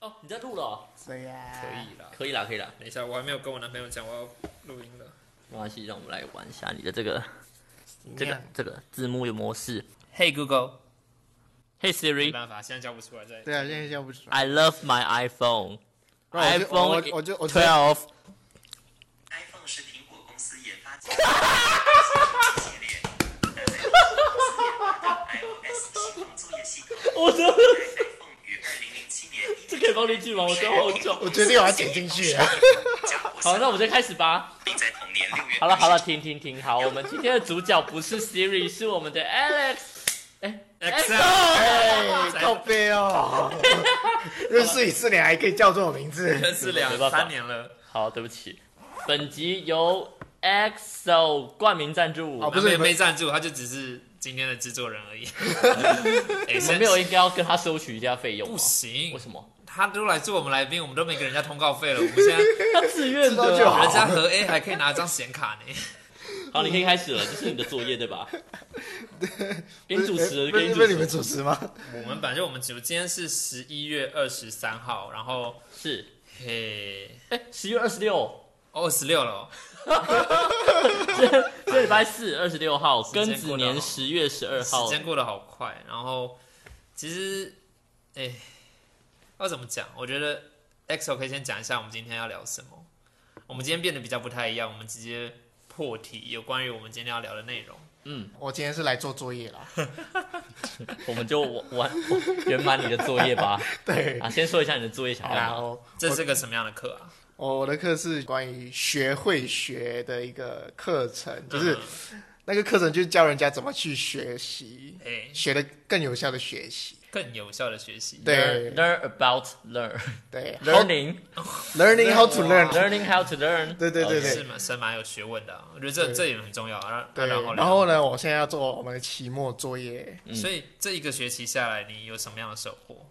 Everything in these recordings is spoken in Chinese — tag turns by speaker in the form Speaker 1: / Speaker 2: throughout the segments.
Speaker 1: 哦，你在录了哦，
Speaker 2: 谁呀？
Speaker 3: 可。以啦。
Speaker 1: 可以啦，可以啦，
Speaker 3: 等一下，我还没有跟我男朋友讲我要录音了。
Speaker 1: 没关系，让我们来玩一下你的这个这个
Speaker 3: 怎么样
Speaker 1: 这个字幕的模式。
Speaker 3: Hey Google，
Speaker 1: Hey
Speaker 3: 没
Speaker 1: Siri，I
Speaker 3: 办法，现在叫不出来再。
Speaker 2: 对啊，现在叫不出来。
Speaker 1: love my iPhone。
Speaker 2: 不然我就
Speaker 1: iPhone
Speaker 2: 我我就我就
Speaker 1: Twelve，
Speaker 4: iPhone 是苹果公司研发技术的系列，但在苹果公司研发的 iOS 系统作业系统，
Speaker 1: 我真的
Speaker 4: 在 iPhone 于2007年1
Speaker 1: 这可以放进去吗？我真的好 笑。
Speaker 2: 我决定我要剪进去。
Speaker 1: 好，那我们就开始吧。
Speaker 4: 并在同年六月
Speaker 1: 好了好了，停停停，好，我们今天的主角不是 Siri，是我们的 Alex。哎
Speaker 2: 哎，
Speaker 1: ，Alex，
Speaker 2: 靠背哦！ 认识一次你还可以叫这种名字？
Speaker 3: 认识两
Speaker 1: 没办法
Speaker 3: 三年了，
Speaker 1: 好，对不起，本集由 EXO 冠名赞助。
Speaker 2: 哦
Speaker 1: 我
Speaker 2: 不是
Speaker 3: 不是
Speaker 2: 你们
Speaker 3: 没赞助，他就只是今天的制作人而 已。哎、
Speaker 1: 们没有应该要跟他收取一下费用吗
Speaker 3: 不？行
Speaker 1: 为，什么？
Speaker 3: 他都来做我们来宾，我们都没给人家通告费了。我们现在
Speaker 1: 他自愿
Speaker 2: 知道就
Speaker 1: 的。
Speaker 2: 好
Speaker 3: 人家和 A 还可以拿张显卡呢。
Speaker 1: 好，你可以开始了，这是你的作业对吧？给你主持人，
Speaker 2: 不
Speaker 1: 给你
Speaker 2: 是
Speaker 1: 主
Speaker 2: 不是
Speaker 1: 持
Speaker 2: 你们
Speaker 1: 人，
Speaker 2: 主持吗？
Speaker 3: 我们本来就我们直播，今天是十一月二十三号，然后
Speaker 1: 是。
Speaker 3: 嘿，
Speaker 1: 哎，十月二十六，
Speaker 3: 哦十六了哦、
Speaker 1: 这礼拜四二十六号，
Speaker 3: 间
Speaker 1: 庚子
Speaker 3: 过得
Speaker 1: 年
Speaker 3: 好
Speaker 1: 十月十二号
Speaker 3: 时。间过得好快。然后其实，哎、要怎么讲？我觉得 EXO 可以先讲一下我们今天要聊什么。我们今天变得比较不太一样，我们直接破题，有关于我们今天要聊的内容。
Speaker 2: 我今天是来做作业啦。
Speaker 1: 我们就完完 圆满你的作业吧。
Speaker 2: 对，
Speaker 1: 啊，先说一下你的作业想干
Speaker 2: 然
Speaker 1: 嘛？
Speaker 2: 后
Speaker 3: 这是个什么样的课啊？
Speaker 2: 我我的课是关于学会学的一个课
Speaker 1: 嗯
Speaker 2: 程，就是那个课程就是教人家怎么去学习，
Speaker 3: 哎、诶
Speaker 2: 学的更有效的学习。
Speaker 3: 更有效的学习。
Speaker 2: 对
Speaker 1: Learn- learn about learn
Speaker 2: 对 how-
Speaker 1: learning
Speaker 2: learning how to learn。
Speaker 1: learning how to learn。
Speaker 2: 对对对对
Speaker 3: 是蛮是蛮有学问的啊、我觉得这
Speaker 2: 对
Speaker 3: 这也很重要啊。让
Speaker 2: 对，
Speaker 3: 然后
Speaker 2: 然后呢，我现在要做我们的期末作业
Speaker 3: 呢？所以这一个学期下来，你有什么样的收获？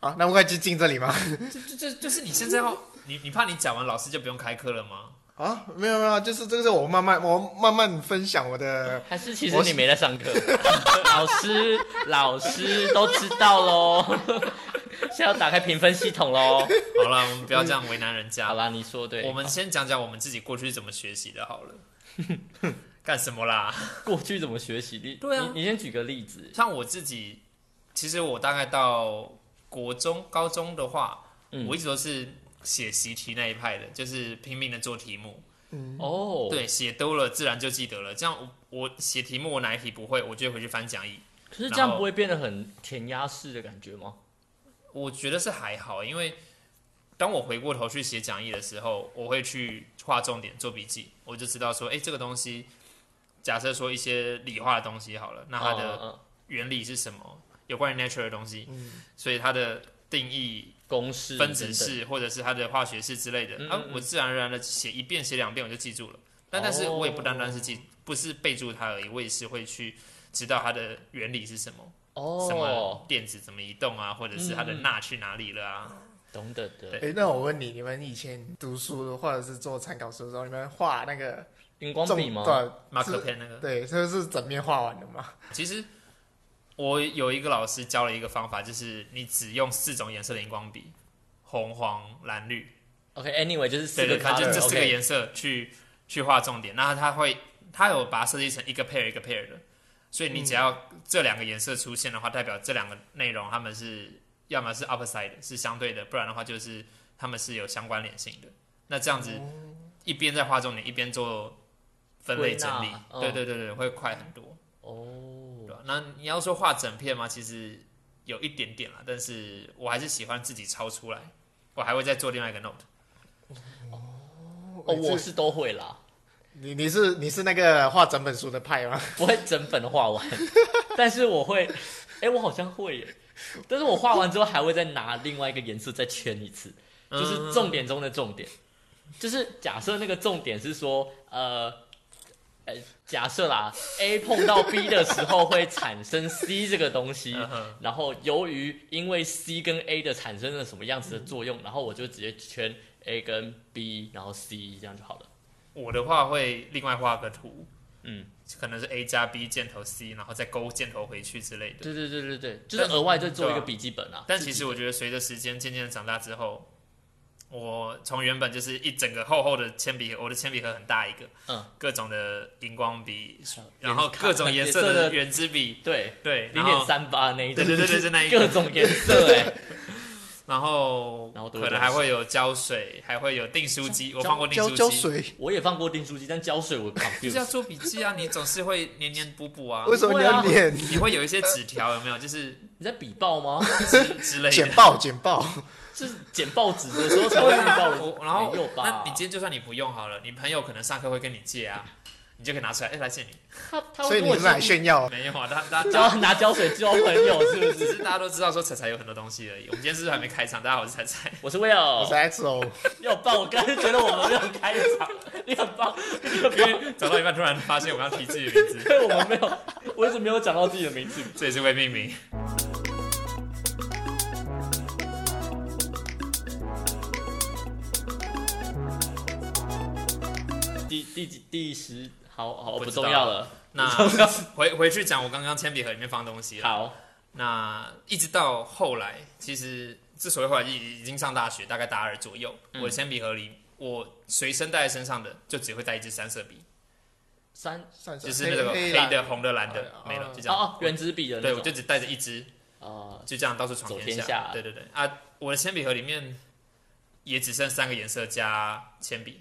Speaker 2: 啊，那么快就进这里吗？
Speaker 3: 就就就是你现在 要你你怕你讲完老师就不用开课了吗？
Speaker 2: 啊，没有没有，就是这个是我慢慢我慢慢分享我的，
Speaker 1: 还是其实你没在上课，老师老师都知道喽， 现在要打开评分系统喽。
Speaker 3: 好了，我们不要这样为难人家
Speaker 1: 好。啦，你说对，
Speaker 3: 我们先讲讲我们自己过去怎么学习的好了。 干什么啦？
Speaker 1: 过去怎么学习？你
Speaker 3: 对啊
Speaker 1: 你你先举个例子，
Speaker 3: 像我自己，其实我大概到国中、高中的话，
Speaker 1: 嗯
Speaker 3: 我一直都是写习题那一派的，就是拼命的做题目。
Speaker 1: 哦，，
Speaker 3: 嗯对，写多了自然就记得了。这样我我写题目，我哪一题不会，我就会回去翻讲义。
Speaker 1: 可是
Speaker 3: 然
Speaker 1: 这样
Speaker 3: 后
Speaker 1: 不会变得很填鸭式的感觉吗？
Speaker 3: 我觉得是还好，因为当我回过头去写讲义的时候，我会去画重点、做笔记，我就知道说，哎、这个东西，假设说一些理化的东西好了，那
Speaker 1: 嗯
Speaker 3: 它
Speaker 1: 嗯
Speaker 3: 的
Speaker 1: 嗯
Speaker 3: 原理是什么？有关于 nature 的东西，
Speaker 2: 嗯，
Speaker 3: 所以它的定义、
Speaker 1: 公式、
Speaker 3: 分子，式或者是它的化学式之类的，
Speaker 1: 嗯
Speaker 3: 啊
Speaker 1: 嗯，嗯
Speaker 3: 我自然而然的写一遍、写两遍我就记住了。但但是我也不单单是
Speaker 1: 哦
Speaker 3: 记，不是备注它而已，我也是会去知道它的原理是什么，什
Speaker 1: 哦
Speaker 3: 么，电子怎么移动啊，或者是它的
Speaker 1: 嗯嗯
Speaker 3: 钠去哪里了啊。
Speaker 1: 懂得的，
Speaker 3: 对
Speaker 2: 哎，那我问你，你们以前读书或者是做参考书的时候，你们画那个
Speaker 1: 荧光
Speaker 2: 重
Speaker 1: 笔吗？
Speaker 2: 对
Speaker 3: 马克
Speaker 2: 是
Speaker 3: 片那个。
Speaker 2: 对，这是整面画完的吗？
Speaker 3: 其实我有一个老师教了一个方法，就是你只用四种颜色的荧光笔，红、黄、蓝、绿，
Speaker 1: OK，Anyway，、就是四个
Speaker 3: 对对，它就
Speaker 1: color，
Speaker 3: 这四个
Speaker 1: OK
Speaker 3: 颜色去去画重点。那它会，它有把它设计成一个 pair 一个 pair 的，所以你只要
Speaker 1: 嗯
Speaker 3: 这两个颜色出现的话，代表这两个内容它们是要么是 opposite 是相对的，不然的话就是它们是有相关联性的。那这样子
Speaker 1: 哦
Speaker 3: 一边在画重点，一边做分类整理
Speaker 1: 归纳，嗯
Speaker 3: 对对对对，会快很多。
Speaker 1: 哦，
Speaker 3: 对啊那你要说画整片吗？其实有一点点啦，但是我还是喜欢自己抄出来，我还会再做另外一个 note。
Speaker 1: 哦，
Speaker 2: 你是
Speaker 1: 我是都会啦，
Speaker 2: 你你是你是那个画整本书的派吗？
Speaker 1: 我会整本画完，但是我会，哎、我好像会耶，但是我画完之后还会再拿另外一个颜色再圈一次，就是重点中的重点，就是假设那个重点是说，呃。呃，假设啦，A 碰到 B 的时候会产生 C 这个东西
Speaker 3: 嗯哼，
Speaker 1: 然后由于因为 C 跟 A 的产生了什么样子的作用，然后我就直接圈 A 跟 B，然后 C 这样就好了。
Speaker 3: 我的话会另外画个图，
Speaker 1: 嗯，
Speaker 3: 可能是 A 加 B 箭头 C，然后再勾箭头回去之类的。
Speaker 1: 对对对对对，就是额外再做一个笔记本啊。
Speaker 3: 但其实我觉得，随着时间渐渐地长大之后，我从原本就是一整个厚厚的铅笔盒，我的铅笔盒很大一个，
Speaker 1: 嗯，各
Speaker 3: 各种的荧光笔，
Speaker 1: 种
Speaker 3: 然后各种颜色
Speaker 1: 颜色
Speaker 3: 的
Speaker 1: 的
Speaker 3: 圆珠笔，
Speaker 1: 对
Speaker 3: 对，
Speaker 1: 零
Speaker 3: 然
Speaker 1: 点
Speaker 3: 后
Speaker 1: 三八那一种，
Speaker 3: 对对对对是那一
Speaker 1: 各
Speaker 3: 个
Speaker 1: 种颜色 哎，
Speaker 3: 然后
Speaker 1: 然后都会
Speaker 3: 可能还会有胶水，还会有订书机，我放过订
Speaker 2: 浇浇
Speaker 3: 书机。
Speaker 2: 水，
Speaker 1: 我也放过订书机，但胶水我
Speaker 3: 就是 要
Speaker 1: confuse。
Speaker 3: 做笔记啊，你总是会黏黏补补啊，
Speaker 2: 为什么你要
Speaker 1: 不会
Speaker 2: 脸
Speaker 3: 你会有一些纸条有没有？就是
Speaker 1: 你在比报吗？
Speaker 3: 之之类
Speaker 2: 简
Speaker 3: 的。
Speaker 2: 报简报？
Speaker 1: 是捡报纸的时候才会遇到的
Speaker 3: 我然后
Speaker 1: 没有吧
Speaker 3: 那你今天就算你不用好了，你朋友可能上课会跟你借啊，你就可以拿出来，哎、来借你。
Speaker 1: 他他
Speaker 2: 所
Speaker 1: 会
Speaker 2: 以
Speaker 1: 跟
Speaker 2: 你
Speaker 1: 我
Speaker 2: 是来炫耀？
Speaker 3: 没有啊，大大家
Speaker 1: 交拿胶水交朋友是不
Speaker 3: 只
Speaker 1: 是？
Speaker 3: 是大家都知道说彩彩有很多东西而已。我们今天是不是还没开场？大家好，我是彩彩。
Speaker 1: 我是
Speaker 2: 我是
Speaker 1: Will，
Speaker 2: X O，
Speaker 1: 你很棒，我刚才觉得我们没有开场， 你很棒，你很棒，
Speaker 3: 找到一半突然发现我们要提自己的 名字，
Speaker 1: 对我们没有，我一直没有讲到自己的名字。
Speaker 3: 这也是未命名。
Speaker 1: 第第几第十，好好
Speaker 3: 不
Speaker 1: 不
Speaker 3: 知道
Speaker 1: 重要了，
Speaker 3: 那
Speaker 1: 不重要
Speaker 3: 回回去讲我刚刚铅笔盒里面放东西了。
Speaker 1: 好，
Speaker 3: 那一直到后来，其实之所以后来已已经上大学，大概大二左右，我的铅笔盒里我随身带在身上的就只会带一支三色笔，
Speaker 1: 三
Speaker 2: 算算
Speaker 3: 就是那个
Speaker 2: 黑
Speaker 3: 黑
Speaker 2: 蓝
Speaker 3: 的、红的、蓝的
Speaker 2: 哦，
Speaker 3: 没了，就这
Speaker 1: 哦
Speaker 3: 样。
Speaker 1: 哦，圆珠笔的
Speaker 3: 对，
Speaker 1: 那
Speaker 3: 我就
Speaker 1: 种，
Speaker 3: 只带着一支，
Speaker 1: 啊，
Speaker 3: 就这样到处闯
Speaker 1: 走
Speaker 3: 天
Speaker 1: 天下
Speaker 3: 对对对啊，我的铅笔盒里面也只剩三个颜色加铅笔，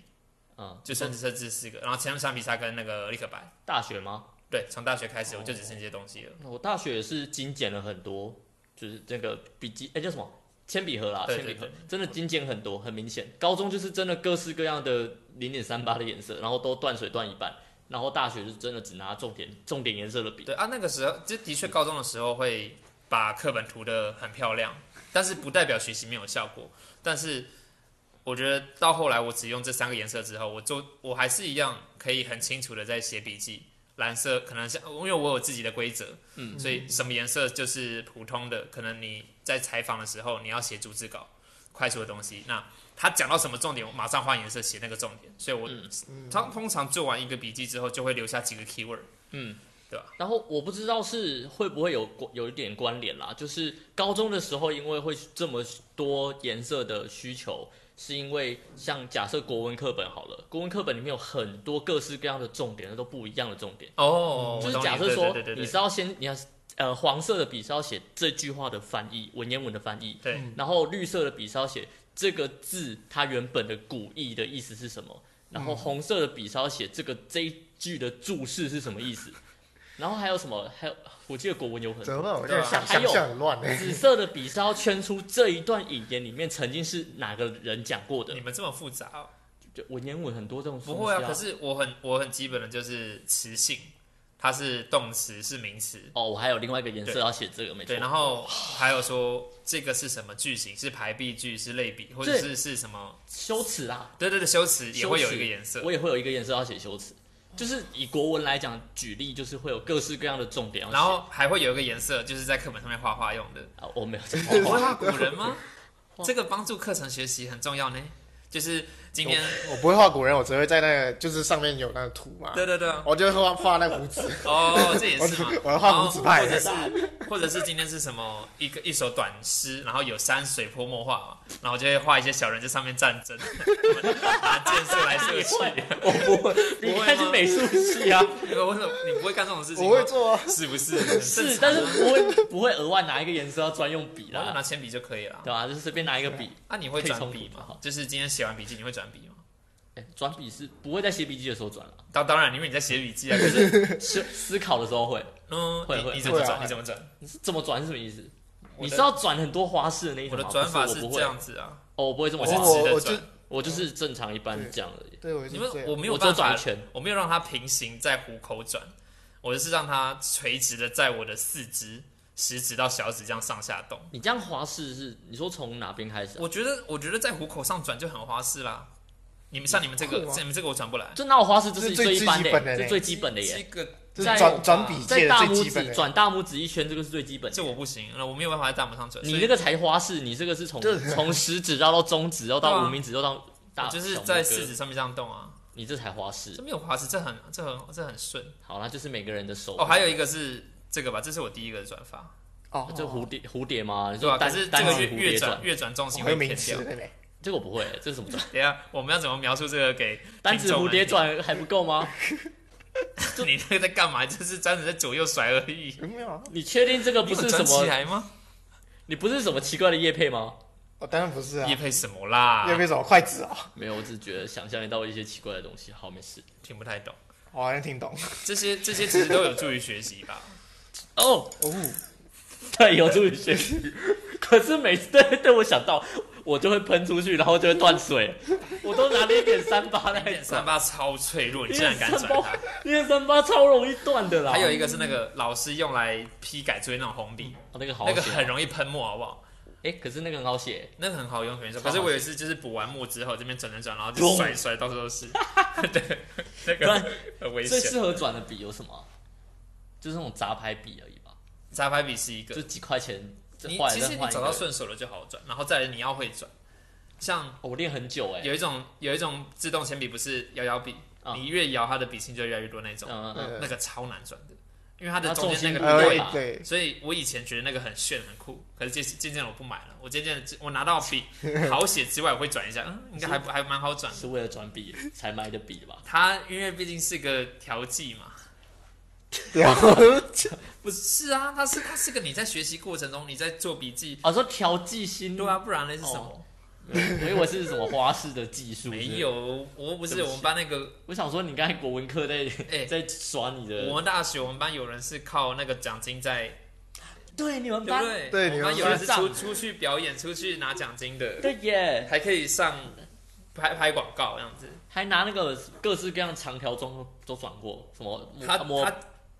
Speaker 1: 嗯，
Speaker 3: 就甚至甚至四个，然后铅橡皮擦跟那个立可白。
Speaker 1: 大学吗？
Speaker 3: 对，从大学开始我就只剩这些东西了。
Speaker 1: 我大学也是精简了很多，就是这个笔记，哎、叫什么？铅笔盒啦，
Speaker 3: 对
Speaker 1: 铅笔
Speaker 3: 对
Speaker 1: 盒
Speaker 3: 对
Speaker 1: 真的精简很多，很明显。高中就是真的各式各样的零点三八的颜色，然后都断水断一半。然后大学就是真的只拿重点重点颜色的笔，
Speaker 3: 对啊，那个时候就的确高中的时候会把课本涂得很漂亮，但是不代表学习没有效果。但是我觉得到后来我只用这三个颜色之后，我就我还是一样可以很清楚的在写笔记。蓝色可能像，因为我有自己的规则，
Speaker 1: 嗯
Speaker 3: 所以什么颜色就是普通的。可能你在采访的时候，你要写逐字稿，快速的东西。那他讲到什么重点，我马上换颜色写那个重点。所以我
Speaker 1: 嗯
Speaker 3: 通通常做完一个笔记之后，就会留下几个 keyword。
Speaker 1: 然后我不知道是会不会有关有一点关联啦，就是高中的时候，因为会这么多颜色的需求，是因为像假设国文课本好了，国文课本里面有很多各式各样的重点，那都不一样的重点。
Speaker 3: 哦，
Speaker 1: 就是
Speaker 3: 我懂
Speaker 1: 假
Speaker 3: 你
Speaker 1: 设
Speaker 3: 对
Speaker 1: 说
Speaker 3: 对对对
Speaker 1: 你
Speaker 3: 对
Speaker 1: 是要先你要呃黄色的笔是要写这句话的翻译文言文的翻译，
Speaker 3: 对，
Speaker 1: 然后绿色的笔是要写这个字它原本的古意的意思是什么，然
Speaker 3: 嗯
Speaker 1: 后红色的笔是要写这个这一句的注释是什么意 思，然后还有什么还有我记得国文有很
Speaker 2: 怎
Speaker 1: 多。
Speaker 2: 么办？我现在想
Speaker 1: 对啊
Speaker 2: 想象很乱 哎。
Speaker 1: 紫色的笔是要圈出这一段引言里面曾经是哪个人讲过的
Speaker 3: 你，们这么复杂、哦？
Speaker 1: 就文言文很多这种
Speaker 3: 不会啊，
Speaker 1: 东西
Speaker 3: 可是我很我很基本的就是词性，它是动词是名词，
Speaker 1: 哦，我还有另外一个颜色
Speaker 3: 对
Speaker 1: 要写这个，没错
Speaker 3: 对，，然后还有说这个是什么句型，是排比句，是类比，或者
Speaker 1: 对
Speaker 3: 是是什么？
Speaker 1: 羞耻啦，
Speaker 3: 对对对，修辞也会有一个颜
Speaker 1: 羞
Speaker 3: 色
Speaker 1: 耻，我也会有一个颜色要写修辞。就是以国文来讲，举例就是会有各式各样的重点要写。
Speaker 3: 然后还会有一个颜色，就是在课本上面画画用的。
Speaker 1: 啊，我没有讲
Speaker 3: 我 会画古人 吗？这个帮助课程学习很重要呢。就是今天，
Speaker 2: 我不会画古人，我只会在那个就是上面有那个图嘛，
Speaker 3: 对对对啊，
Speaker 2: 我就会画画那胡子，，
Speaker 3: 哦，这也是嘛
Speaker 2: 我要画胡子派
Speaker 3: 然后或者是或者是今天是什么一个一首短诗，然后有山水泼墨画嘛，然后就会画一些小人在上面战争，拿箭射 来射去。
Speaker 1: 我不会，你
Speaker 3: 不会吗
Speaker 1: 看是美术系 啊，
Speaker 3: 你为什么你不会干这种事情？
Speaker 2: 我会，做啊。
Speaker 3: 是不是？
Speaker 1: 是，但是不会不会额外拿一个颜色要专用笔
Speaker 3: 然后
Speaker 1: 啦，
Speaker 3: 拿铅笔就可以了
Speaker 1: 对。吧？就是随便拿一个笔，
Speaker 3: 那、你会转
Speaker 1: 可以
Speaker 3: 笔
Speaker 1: 重复就
Speaker 3: 吗
Speaker 1: 好？
Speaker 3: 就是今天写完笔记，你会转笔吗？啊
Speaker 1: 哎，转笔是不会在写笔记的时候转了，
Speaker 3: 当当然，因为你在写笔记啊。 可是，
Speaker 1: 思思考的时候会。
Speaker 3: 嗯，
Speaker 1: 会会
Speaker 3: 你你怎么
Speaker 2: 会啊
Speaker 3: 转？
Speaker 2: 会
Speaker 3: 你怎么转？
Speaker 1: 你是怎么转是什么意思？
Speaker 3: 我的
Speaker 1: 你是要转很多花式的那一种
Speaker 3: 我的
Speaker 1: 吗？
Speaker 3: 转法
Speaker 1: 不
Speaker 3: 是
Speaker 1: 是我不
Speaker 3: 这
Speaker 1: 会，
Speaker 3: 样子啊，
Speaker 1: 哦，我不会这么
Speaker 3: 我是
Speaker 1: 画，
Speaker 2: 我我
Speaker 3: 直的
Speaker 2: 就
Speaker 3: 转。
Speaker 1: 我就是正常一般这样而已。
Speaker 2: 对，我是
Speaker 3: 因
Speaker 2: 这
Speaker 3: 为我
Speaker 2: 样。
Speaker 3: 没有
Speaker 1: 我就
Speaker 3: 办法
Speaker 1: 转一圈，
Speaker 3: 我没有让它平行在虎口转，我就是让它垂直的在我的四肢、食指到小指这样上下动。
Speaker 1: 你这样滑式是你说从哪边开始啊？
Speaker 3: 我觉得，我觉得在虎口上转就很花式啦。你们像你们这个
Speaker 2: 酷啊，
Speaker 3: 像你们这个我转不来。
Speaker 1: 这哪有花式？这是
Speaker 2: 这
Speaker 1: 最
Speaker 2: 最
Speaker 1: 一般
Speaker 2: 基本的
Speaker 1: 这
Speaker 2: 嘞
Speaker 1: 最基本的
Speaker 3: 这
Speaker 1: 耶。
Speaker 3: 个
Speaker 2: 这
Speaker 1: 在
Speaker 2: 是转转笔
Speaker 1: 在
Speaker 2: 界的
Speaker 1: 大
Speaker 2: 最
Speaker 1: 拇
Speaker 2: 基本
Speaker 1: 指
Speaker 2: 的，
Speaker 1: 转大拇指一圈，这个是最基本的
Speaker 3: 这。我不行，那我没有办法在大拇上转。所
Speaker 1: 你
Speaker 3: 以
Speaker 1: 那个才花式，你这 个是从
Speaker 2: 这
Speaker 1: 从食指绕到中指，绕
Speaker 3: 对
Speaker 1: 到
Speaker 3: 啊
Speaker 1: 无名指，绕到大，
Speaker 3: 我就是
Speaker 1: 小拇
Speaker 3: 在
Speaker 1: 哥
Speaker 3: 四指上面这样动啊。
Speaker 1: 你这才花式
Speaker 3: 这。没有滑石，这很这很这很顺。
Speaker 1: 好啦，就是每个人的手
Speaker 3: 哦，还有一个是这个吧，这是我第一个转发，
Speaker 2: 哦，
Speaker 1: 这蝴蝶蝴蝶吗？你
Speaker 3: 对
Speaker 1: 说
Speaker 3: 吧？
Speaker 1: 单
Speaker 3: 可是这
Speaker 1: 单
Speaker 3: 个
Speaker 1: 指
Speaker 3: 越
Speaker 1: 蝴
Speaker 3: 越
Speaker 1: 蝶转
Speaker 3: 转，越啊转重心
Speaker 2: 哦还有
Speaker 3: 会
Speaker 2: 名
Speaker 3: 偏
Speaker 2: 词
Speaker 3: 掉。
Speaker 2: 对不对？
Speaker 1: 这个我不会，这是什么转？
Speaker 3: 等一下我们要怎么描述这个给
Speaker 1: 单指
Speaker 3: 听众啊
Speaker 1: 蝴
Speaker 3: 们
Speaker 1: 蝶
Speaker 3: 听？
Speaker 1: 转还不够吗？
Speaker 3: 你那个在干嘛？就是单纯在左右甩而已。
Speaker 2: 有没有啊？
Speaker 1: 你确定这个不
Speaker 3: 你有
Speaker 1: 是什
Speaker 3: 转起
Speaker 1: 么？
Speaker 3: 来吗？
Speaker 1: 你不是什么奇怪的叶配吗？
Speaker 2: 哦，当然不是啊
Speaker 3: 叶，配什么啦？
Speaker 2: 叶配什么筷子哦？
Speaker 1: 没有，我只是觉得想象得到一些奇怪的东西。好，没事。
Speaker 3: 听不太懂。
Speaker 2: 我哦好像听懂
Speaker 3: 这些这些其实都有助于学习吧。
Speaker 1: 哦，
Speaker 2: 哦，
Speaker 1: 对，有助于学习。 可是每次对对我想到，我就会喷出去，然后就会断 水。我都拿零点三八
Speaker 3: 一
Speaker 1: 来
Speaker 3: 点三
Speaker 1: 转，
Speaker 3: 八超脆弱，你竟然敢转它？
Speaker 1: 零点三八超容易断的啦。
Speaker 3: 还有一
Speaker 1: 个、
Speaker 3: 个是那个老师用来批改作业那种红笔，
Speaker 1: 那个好
Speaker 3: 那
Speaker 1: 好
Speaker 3: 个
Speaker 1: 写
Speaker 3: 很，容易喷墨，好不好？
Speaker 1: 哎、可是那个很好写，
Speaker 3: 那个很好用，没错。
Speaker 1: 超好
Speaker 3: 可
Speaker 1: 写
Speaker 3: 是我有一次就是补完墨之后，这边转转转，然后就甩
Speaker 1: 咚
Speaker 3: 甩，到处都是。 对，那
Speaker 1: 不然
Speaker 3: 个很危
Speaker 1: 最
Speaker 3: 险。
Speaker 1: 适合转的笔有什么啊？就是那种杂牌笔而已吧，
Speaker 3: 杂牌笔是一
Speaker 1: 就
Speaker 3: 个，
Speaker 1: 几块钱
Speaker 3: 你
Speaker 1: 换
Speaker 3: 其
Speaker 1: 了
Speaker 3: 实
Speaker 1: 再
Speaker 3: 你
Speaker 1: 换一
Speaker 3: 找到
Speaker 1: 个。
Speaker 3: 顺手了就好转，然后再来你要会转。像
Speaker 1: 哦我练很久哎、
Speaker 3: 有一种有一种自动铅笔不是摇摇笔，
Speaker 1: 啊
Speaker 3: 你越摇它的笔芯就越来越多那种，
Speaker 1: 嗯嗯嗯，
Speaker 2: 呃
Speaker 3: 那个超难转的，因为它
Speaker 1: 它
Speaker 3: 的
Speaker 1: 重
Speaker 3: 中
Speaker 1: 心
Speaker 3: 间那
Speaker 1: 不
Speaker 3: 个
Speaker 2: 呃
Speaker 1: 对
Speaker 3: 对
Speaker 1: 吧
Speaker 3: 吧？
Speaker 2: 对，
Speaker 3: 所以我以前觉得那个很炫很酷，可是渐渐渐我不买了。我渐渐地我拿到 笔好写之外，我会转一下，嗯，应该还不还蛮好转的。
Speaker 1: 是为了转笔才买的笔吧？
Speaker 3: 它因为毕竟是个调剂嘛，
Speaker 2: 然后
Speaker 3: 不是啊，它是它是个你在学习过程中你在做笔记，
Speaker 1: 啊，说调剂心
Speaker 3: 对啊，，不然呢是什么
Speaker 1: 哦？ 我以为是什么花式的技术。
Speaker 3: 没
Speaker 1: 是
Speaker 3: 有，我
Speaker 1: 对
Speaker 3: 不是
Speaker 1: 不起
Speaker 3: 我们班那个，
Speaker 1: 我想说，你刚才国文课在、
Speaker 3: 哎
Speaker 1: 在耍你
Speaker 3: 我
Speaker 1: 的，
Speaker 3: 们大学我们班有人是靠那个奖金在，
Speaker 1: 对你们
Speaker 3: 对
Speaker 1: 班
Speaker 3: 不对？
Speaker 2: 对
Speaker 3: 我们班
Speaker 2: 你们
Speaker 3: 有人是
Speaker 1: 班
Speaker 3: 出出去表演、出去拿奖金的，
Speaker 1: 对耶，
Speaker 3: 还可以上拍拍广告这样子。
Speaker 1: 还拿那个各式各样长条装都转过，什么
Speaker 3: 他
Speaker 1: 嗯摸
Speaker 3: 他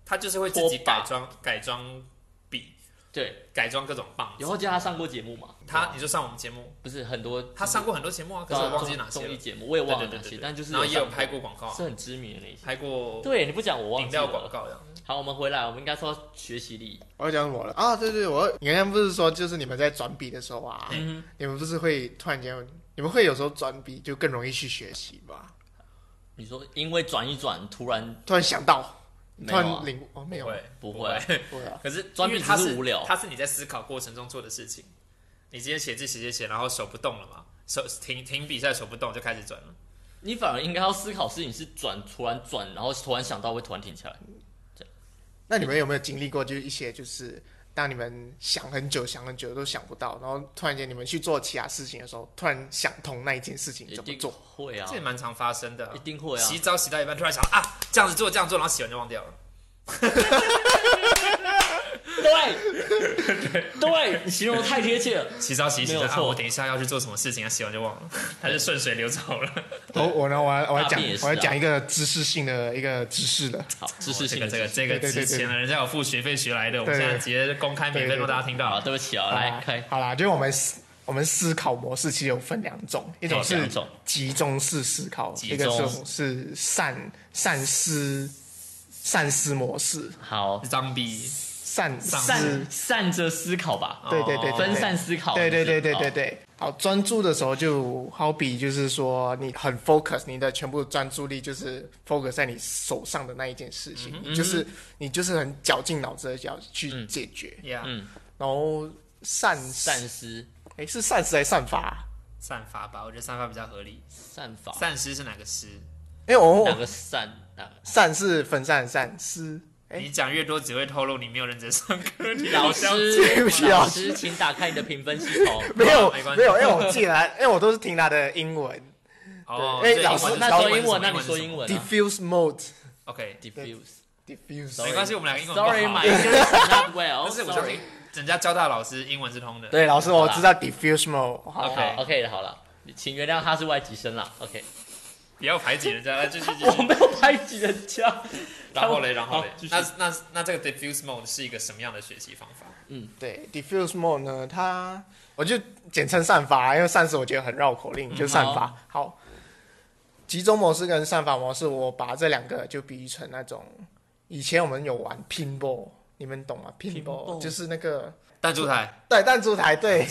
Speaker 3: 他就是会自己改装改装笔，
Speaker 1: 对，
Speaker 3: 改装各种棒
Speaker 1: 以后
Speaker 3: 子。
Speaker 1: 叫他上过节目嘛？
Speaker 3: 他你就上我们节目，
Speaker 1: 不是很多，
Speaker 3: 他上过很多节目啊，可
Speaker 1: 对啊
Speaker 3: 是我忘记哪
Speaker 1: 综综
Speaker 3: 些
Speaker 1: 艺
Speaker 3: 了。
Speaker 1: 节目，我也
Speaker 3: 对
Speaker 1: 忘了
Speaker 3: 对对
Speaker 1: 哪
Speaker 3: 对
Speaker 1: 些，
Speaker 3: 对，
Speaker 1: 但就是
Speaker 3: 然后也有
Speaker 1: 上
Speaker 3: 拍过广告啊，
Speaker 1: 是很知名的那些。
Speaker 3: 拍过
Speaker 1: 对你不讲我忘
Speaker 3: 饮
Speaker 1: 记了
Speaker 3: 料广。告呀。
Speaker 1: 好，我们回来，我们应该说学习力。
Speaker 2: 我要讲什么了啊？对对，我你刚刚不是说就是你们在转笔的时候啊，
Speaker 1: 嗯，
Speaker 2: 你们不是会突然间，你们会有时候转笔就更容易去学习吧？
Speaker 1: 你说因为转一转，突然
Speaker 2: 突然想到，
Speaker 1: 没
Speaker 2: 突
Speaker 1: 有啊
Speaker 2: 然领悟哦，没有，
Speaker 3: 会
Speaker 1: 不
Speaker 3: 会
Speaker 1: 会，
Speaker 2: 对啊，
Speaker 3: 可是
Speaker 1: 装
Speaker 3: 因为
Speaker 1: 逼
Speaker 3: 它
Speaker 1: 只是无聊
Speaker 3: 它是你在思考过程中做的事情。你今天写字写写写，然后手不动了嘛，手停停比赛手不动就开始转了。
Speaker 1: 你反而应该要思考事情是转，突然转，然后突然想到会突然停下来。
Speaker 2: 那你们有没有经历过，就是一些就是当你们想很久、想很久都想不到，然后突然间你们去做其他事情的时候，突然想通那一件事情
Speaker 1: 一
Speaker 2: 怎么
Speaker 1: 定
Speaker 2: 做？
Speaker 1: 会啊
Speaker 3: 这，也蛮常发生的啊、
Speaker 1: 一定会啊。
Speaker 3: 洗澡洗到一半，突然想啊，这样子做这样做，然后洗完就忘掉了。
Speaker 1: 对， 对，你形容得太贴切了。
Speaker 3: 洗澡洗一洗
Speaker 1: 没有
Speaker 3: 啊
Speaker 1: 错
Speaker 3: 我等一下要去做什么事情啊，洗完就忘了，他就顺水流走了。
Speaker 2: 我我呢，我要我要
Speaker 1: 大
Speaker 2: 讲
Speaker 1: 便也，是
Speaker 2: 我
Speaker 1: 啊
Speaker 2: 要讲一个知识性的一个知识的，
Speaker 1: 好，知识
Speaker 3: 这
Speaker 1: 性
Speaker 3: 个
Speaker 1: 的
Speaker 3: 哦这个
Speaker 1: 知识
Speaker 3: 这个
Speaker 2: 对对对
Speaker 3: 之前的人家有付学费学来的，我们
Speaker 2: 对
Speaker 3: 现在直接公开免费
Speaker 2: 对对
Speaker 3: 让大家听到
Speaker 1: 好，
Speaker 3: 啊。
Speaker 1: 对不起啊，
Speaker 2: 好
Speaker 1: 来
Speaker 2: 啦
Speaker 1: 开。
Speaker 2: 好啦，就是我们思我们思考模式其实有分哎两种，一种
Speaker 1: 两
Speaker 2: 是
Speaker 1: 种
Speaker 2: 集中式思考，
Speaker 1: 集
Speaker 2: 一个
Speaker 1: 中
Speaker 2: 是是善善思善思模式，
Speaker 1: 好，
Speaker 3: 张逼，
Speaker 2: 善思
Speaker 1: 散。散着思考吧，
Speaker 2: 对对对，对
Speaker 1: 哦分散思考。
Speaker 2: 对对对对
Speaker 1: 是不
Speaker 2: 对
Speaker 1: 是。
Speaker 2: 对。好，专注的时候就好比就是说你很 focus，你的全部专注力就是 focus 在你手上的那一件事情，你就是你就是很绞尽脑汁的要去解决。
Speaker 1: 哦
Speaker 3: yeah，
Speaker 1: 嗯，
Speaker 2: 然后善
Speaker 1: 散思
Speaker 2: 哎是善思还是善法啊？
Speaker 3: 散发吧，我觉得散发比较合理。
Speaker 1: 散法，哦
Speaker 3: 散失是哪个失？
Speaker 2: 哎我
Speaker 1: 哪个散哪个？
Speaker 2: 善是分散的善思，哎
Speaker 3: 你讲越多只会透露你没有认真上课。你
Speaker 1: 老
Speaker 3: 好
Speaker 1: 师
Speaker 3: 像，
Speaker 2: 对不起老
Speaker 1: 老
Speaker 2: 师
Speaker 1: 师，请打开你的评分系统。
Speaker 2: 没有
Speaker 3: 没关系
Speaker 2: 没有，哎我记得啊， 哎我都是听他的英文
Speaker 3: 哦，
Speaker 2: 哎
Speaker 3: 所以
Speaker 2: 老
Speaker 3: 英
Speaker 2: 师
Speaker 3: 文是
Speaker 1: 那
Speaker 2: 老
Speaker 3: 什
Speaker 1: 说
Speaker 3: 么
Speaker 1: 英文，那
Speaker 3: 是
Speaker 1: 你
Speaker 3: 什
Speaker 1: 说
Speaker 3: 么
Speaker 1: 英文啊
Speaker 2: diffuse mode
Speaker 3: ？OK，
Speaker 1: ？Diffuse。
Speaker 2: diffuse，
Speaker 3: 没关系，我们两个英文不
Speaker 1: Sorry,
Speaker 3: 好
Speaker 1: my。English is not
Speaker 3: 但
Speaker 1: well.
Speaker 3: 是我相
Speaker 1: Sorry.
Speaker 3: 信人家交大老师英文是通的。
Speaker 2: 对老师
Speaker 1: 好
Speaker 2: 我
Speaker 1: 啦
Speaker 2: 知道 diffuse mode，好
Speaker 3: OK
Speaker 1: o k 好了，请原谅他是外籍生啦。OK，
Speaker 3: 不要排挤人家，继续继
Speaker 1: 我
Speaker 3: 续。
Speaker 1: 没有排挤人家。
Speaker 3: 然后嘞，然后嘞
Speaker 1: 好继，续
Speaker 3: 那那那这个 diffuse mode 是一个什么样的学习方法？
Speaker 2: 对，diffuse mode 呢，它我就简称散发，啊因为散是我觉得很绕口令，就散发。嗯好，集中模式跟散发模式，我把这两个就比喻成那种以前我们有玩 pinball，你们懂吗
Speaker 1: pinball
Speaker 2: ？pinball 就是那个
Speaker 3: 弹珠台，
Speaker 2: 对弹珠台，对，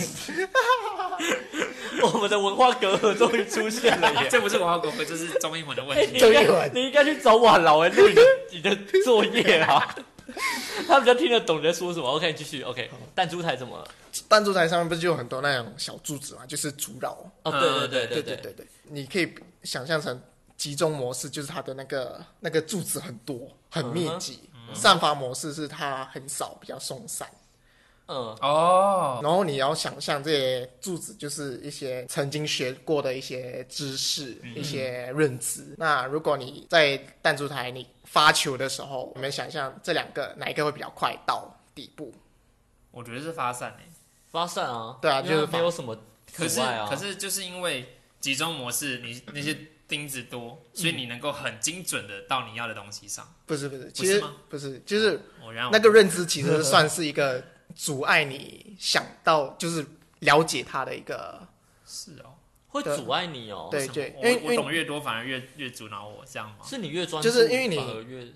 Speaker 1: 我们的文化隔阂终于出现了耶！
Speaker 3: 这不是文化国徽，这是中英文的问
Speaker 1: 哎，
Speaker 3: 题。
Speaker 1: 你应
Speaker 2: 终于
Speaker 1: 该
Speaker 2: 完
Speaker 1: 你应该去找瓦老哎录你的你的作业啊， 他比较听得懂你在说什么。OK，继续。OK，弹珠台怎么了？
Speaker 2: 弹珠台上面不是就有很多那种小柱子嘛，就是阻扰。
Speaker 1: 哦，对
Speaker 3: 嗯
Speaker 1: 对
Speaker 2: 对
Speaker 1: 对
Speaker 2: 对
Speaker 1: 对
Speaker 2: 对对，你可以想象成集中模式，就是它的那个那个柱子很多，很密集；散发模式是它很少，比较松散。
Speaker 1: 嗯，
Speaker 3: 哦，
Speaker 2: 然后你要想象这些柱子就是一些曾经学过的一些知识、一些认知。那如果你在弹珠台你发球的时候，你们想象这两个哪一个会比较快到底部？
Speaker 3: 我觉得是发散诶、欸
Speaker 1: 发散啊，
Speaker 2: 对啊
Speaker 1: 因为
Speaker 2: 就是发
Speaker 1: 没有什么阻
Speaker 3: 可是、
Speaker 1: 碍啊。
Speaker 3: 可是就是因为集中模式，你那些钉子多，所以你能够很精准的到你要的东西上。
Speaker 2: 不是不是，其
Speaker 3: 是
Speaker 2: 实
Speaker 3: 吗啊
Speaker 2: 不是，就是
Speaker 3: 我然后
Speaker 2: 那个认知其实算是一个阻碍你想到就是了解它的一个，
Speaker 3: 是哦，
Speaker 1: 会阻碍你哦。
Speaker 2: 对
Speaker 3: 什么
Speaker 2: 对
Speaker 3: 我
Speaker 2: 因为因
Speaker 3: 我
Speaker 2: 为
Speaker 3: 懂越多反而越越阻挠我，这样吗？
Speaker 1: 是你越专注，
Speaker 2: 就是因为你
Speaker 1: 反而越哦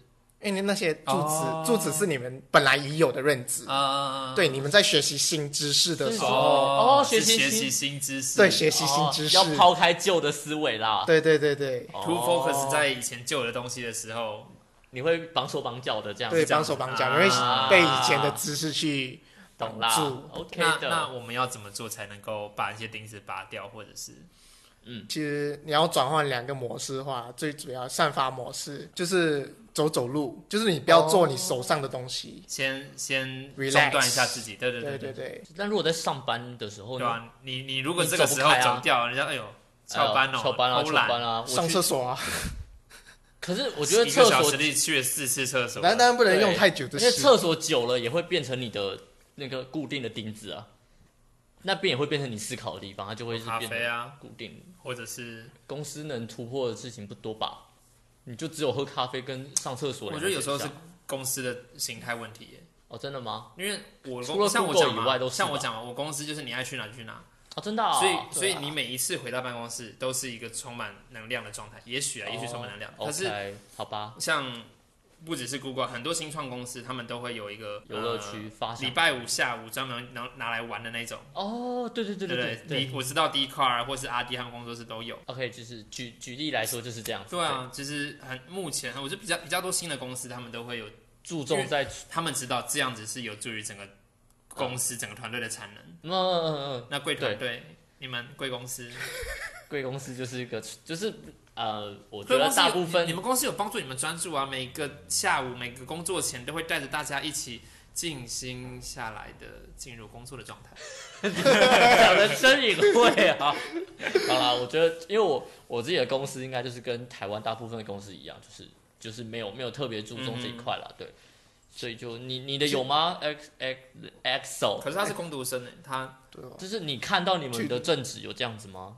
Speaker 2: 因为那些柱子、
Speaker 3: 哦
Speaker 2: 柱子是你们本来已有的认知，
Speaker 3: 啊、
Speaker 2: 对，你们在学习新知识的时
Speaker 1: 是
Speaker 2: 候，
Speaker 3: 哦
Speaker 1: 哦学
Speaker 3: 是
Speaker 1: 习
Speaker 3: 学
Speaker 1: 新
Speaker 3: 习新知识，
Speaker 2: 对学习新知识，
Speaker 1: 哦要抛开旧的思维啦。
Speaker 2: 对对对对
Speaker 1: 哦
Speaker 3: too focus 在以前旧的东西的时候，
Speaker 1: 你会绑手绑脚的这样
Speaker 2: 对，
Speaker 1: 子，
Speaker 2: 绑手绑脚，
Speaker 3: 啊
Speaker 2: 因为被以前的知识去
Speaker 1: 懂啦
Speaker 2: 绑住
Speaker 1: ？OK
Speaker 3: 那那
Speaker 1: 的，
Speaker 3: 我们要怎么做才能够把一些钉子拔掉，或者是
Speaker 2: 其实你要转换两个模式的话，最主要散发模式就是走走路，就是你不要做你手上的东西。
Speaker 3: 先先
Speaker 2: Relax
Speaker 3: 中断一下自己？对对
Speaker 1: 哦
Speaker 2: 对对
Speaker 3: 对
Speaker 2: 对，
Speaker 1: 那如果在上班的时候
Speaker 3: 对
Speaker 1: 呢？
Speaker 3: 啊，你你如果这个
Speaker 1: 你走不
Speaker 3: 时候
Speaker 1: 开啊
Speaker 3: 走掉，人家哎呦
Speaker 1: 哎呦
Speaker 3: 翘班哦，
Speaker 1: 翘班啊，
Speaker 3: 偷
Speaker 1: 翘
Speaker 3: 懒
Speaker 1: 班啊，我去
Speaker 2: 上厕所啊，
Speaker 1: 可是我觉得
Speaker 3: 一
Speaker 1: 厕
Speaker 3: 个小
Speaker 1: 所
Speaker 3: 时里去了四次厕所，
Speaker 2: 但当然不能
Speaker 1: 对
Speaker 2: 用太久的
Speaker 1: 因
Speaker 2: 时
Speaker 1: 为
Speaker 2: 间。
Speaker 1: 厕所久了也会变成你的那个固定的钉子啊，那边也会变成你思考的地方，它就会是
Speaker 3: 咖
Speaker 1: 变
Speaker 3: 啡
Speaker 1: 成
Speaker 3: 啊，
Speaker 1: 固定。
Speaker 3: 或者是
Speaker 1: 公司能突破的事情不多吧？你就只有喝咖啡跟上厕所
Speaker 3: 我
Speaker 1: 两
Speaker 3: 觉
Speaker 1: 个
Speaker 3: 得
Speaker 1: 选项。
Speaker 3: 有时候是公司的形态问题耶，
Speaker 1: 哦，真的吗？
Speaker 3: 因为我
Speaker 1: 除了
Speaker 3: 公像我
Speaker 1: Google
Speaker 3: 讲嘛
Speaker 1: 以外都是
Speaker 3: 像我
Speaker 1: 吧
Speaker 3: 讲嘛，我公司就是你爱去哪就去哪，
Speaker 1: 哦，真的、啊。
Speaker 3: 所以，所
Speaker 1: 对
Speaker 3: 以
Speaker 1: 啊
Speaker 3: 你每一次回到办公室都是一个充满能量的状态，也许啊，也许充满能量。
Speaker 1: 哦
Speaker 3: 可是
Speaker 1: OK，好吧，
Speaker 3: 像不只是 Google，很多新创公司他们都会有一个
Speaker 1: 游乐区发
Speaker 3: 呃礼
Speaker 1: 想。
Speaker 3: 拜五下午专门拿拿来玩的那种，
Speaker 1: 哦，对对对
Speaker 3: 对
Speaker 1: 对
Speaker 3: 不对？你我知道 d c a r 或是阿迪他们工作室都有。
Speaker 1: OK，就是举举例来说就是这样子。
Speaker 3: 对，啊，就是很目前，我就比较比较多新的公司，他们都会有，
Speaker 1: 注重在
Speaker 3: 他们知道这样子是有助于整个公司、整个团队的产能。
Speaker 1: 嗯嗯嗯嗯，
Speaker 3: 那贵团队，你们贵公司，
Speaker 1: 贵公司就是一个就是呃，我觉
Speaker 3: 贵
Speaker 1: 得
Speaker 3: 公司有
Speaker 1: 大部分
Speaker 3: 你们公司有帮助你们专注啊，每个下午每个工作前都会带着大家一起静心下来的进入工作的状态。
Speaker 1: 讲的真隐晦 啊。好啦，我觉得，因为我我自己的公司应该就是跟台湾大部分的公司一样，就是就是没有没有特别注重这一块
Speaker 2: 嗯
Speaker 1: 啦，对。所以就你你的有吗？X X Excel，
Speaker 3: 可是他是工读生呢，欸他
Speaker 2: 对哦
Speaker 1: 就是你看到你们的正职有这样子吗？
Speaker 2: 嗯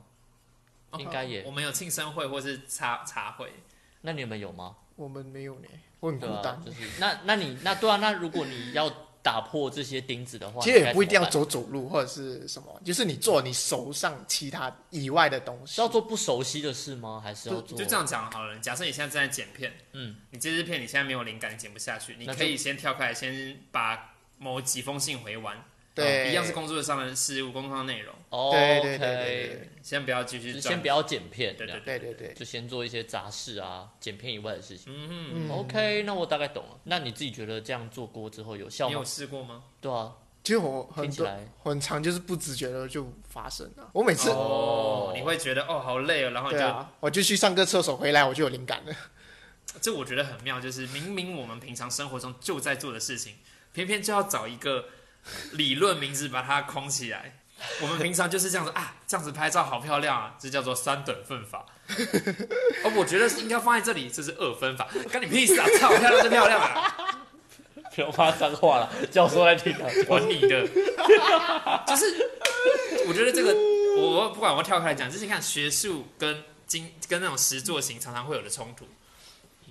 Speaker 1: 应该也
Speaker 3: 我，们有庆生会或是茶茶会，
Speaker 1: 那你们有吗？
Speaker 2: 我们没有呢，我很孤
Speaker 1: 对啊
Speaker 2: 单，。
Speaker 1: 就是那那你那对啊，那如果你要打破这些钉子的话，
Speaker 2: 其实
Speaker 1: 你该
Speaker 2: 也不一定要
Speaker 1: 怎么
Speaker 2: 走走路或者是什么，就是你做你手上其他以外的东
Speaker 1: 办，
Speaker 2: 西
Speaker 1: 是要。做不熟悉的事吗？还是要做
Speaker 3: 就这样讲好了。假设你现在正在剪片，
Speaker 1: 嗯，
Speaker 3: 你这支片你现在没有灵感，你剪不下去，你
Speaker 1: 那就
Speaker 3: 可以先跳开来，先把某几封信回完，哦
Speaker 2: 对，
Speaker 3: 一样是工作上的事物，工作上的内容，
Speaker 1: 哦
Speaker 2: 对
Speaker 1: OK
Speaker 2: 对对对对
Speaker 3: 先不要继续
Speaker 1: 就
Speaker 3: 专，
Speaker 1: 先不要剪片，
Speaker 3: 对
Speaker 1: 这样
Speaker 3: 对
Speaker 2: 对对对，
Speaker 1: 就先做一些杂事啊，剪片以外的事情。
Speaker 3: 嗯，
Speaker 2: 嗯
Speaker 1: OK，那我大概懂了。那你自己觉得这样做过之后有效
Speaker 3: 你有
Speaker 1: 吗？
Speaker 3: 试过吗？
Speaker 1: 对啊，
Speaker 2: 其实我很
Speaker 1: 听起
Speaker 2: 多
Speaker 1: 来
Speaker 2: 很长就是不自觉的就发生了。我每次
Speaker 1: 哦
Speaker 3: 你会觉得哦好累哦，然后你
Speaker 2: 对
Speaker 3: 就
Speaker 2: 啊，我就去上个厕所回来我就有灵感了。
Speaker 3: 这我觉得很妙，就是明明我们平常生活中就在做的事情，偏偏就要找一个理论名字把它框起来。我们平常就是这样子啊，这样子拍照好漂亮啊，这叫做三等分法。哦，我觉得是应该放在这里，这是二分法，干你屁事啊！操，漂亮就漂亮啊，
Speaker 1: 不要骂脏话了，教授在听啊。
Speaker 3: 管你的。就是我觉得这个，我我不管我跳开来讲，就是你看学术跟经跟那种实作型常常会有的冲突，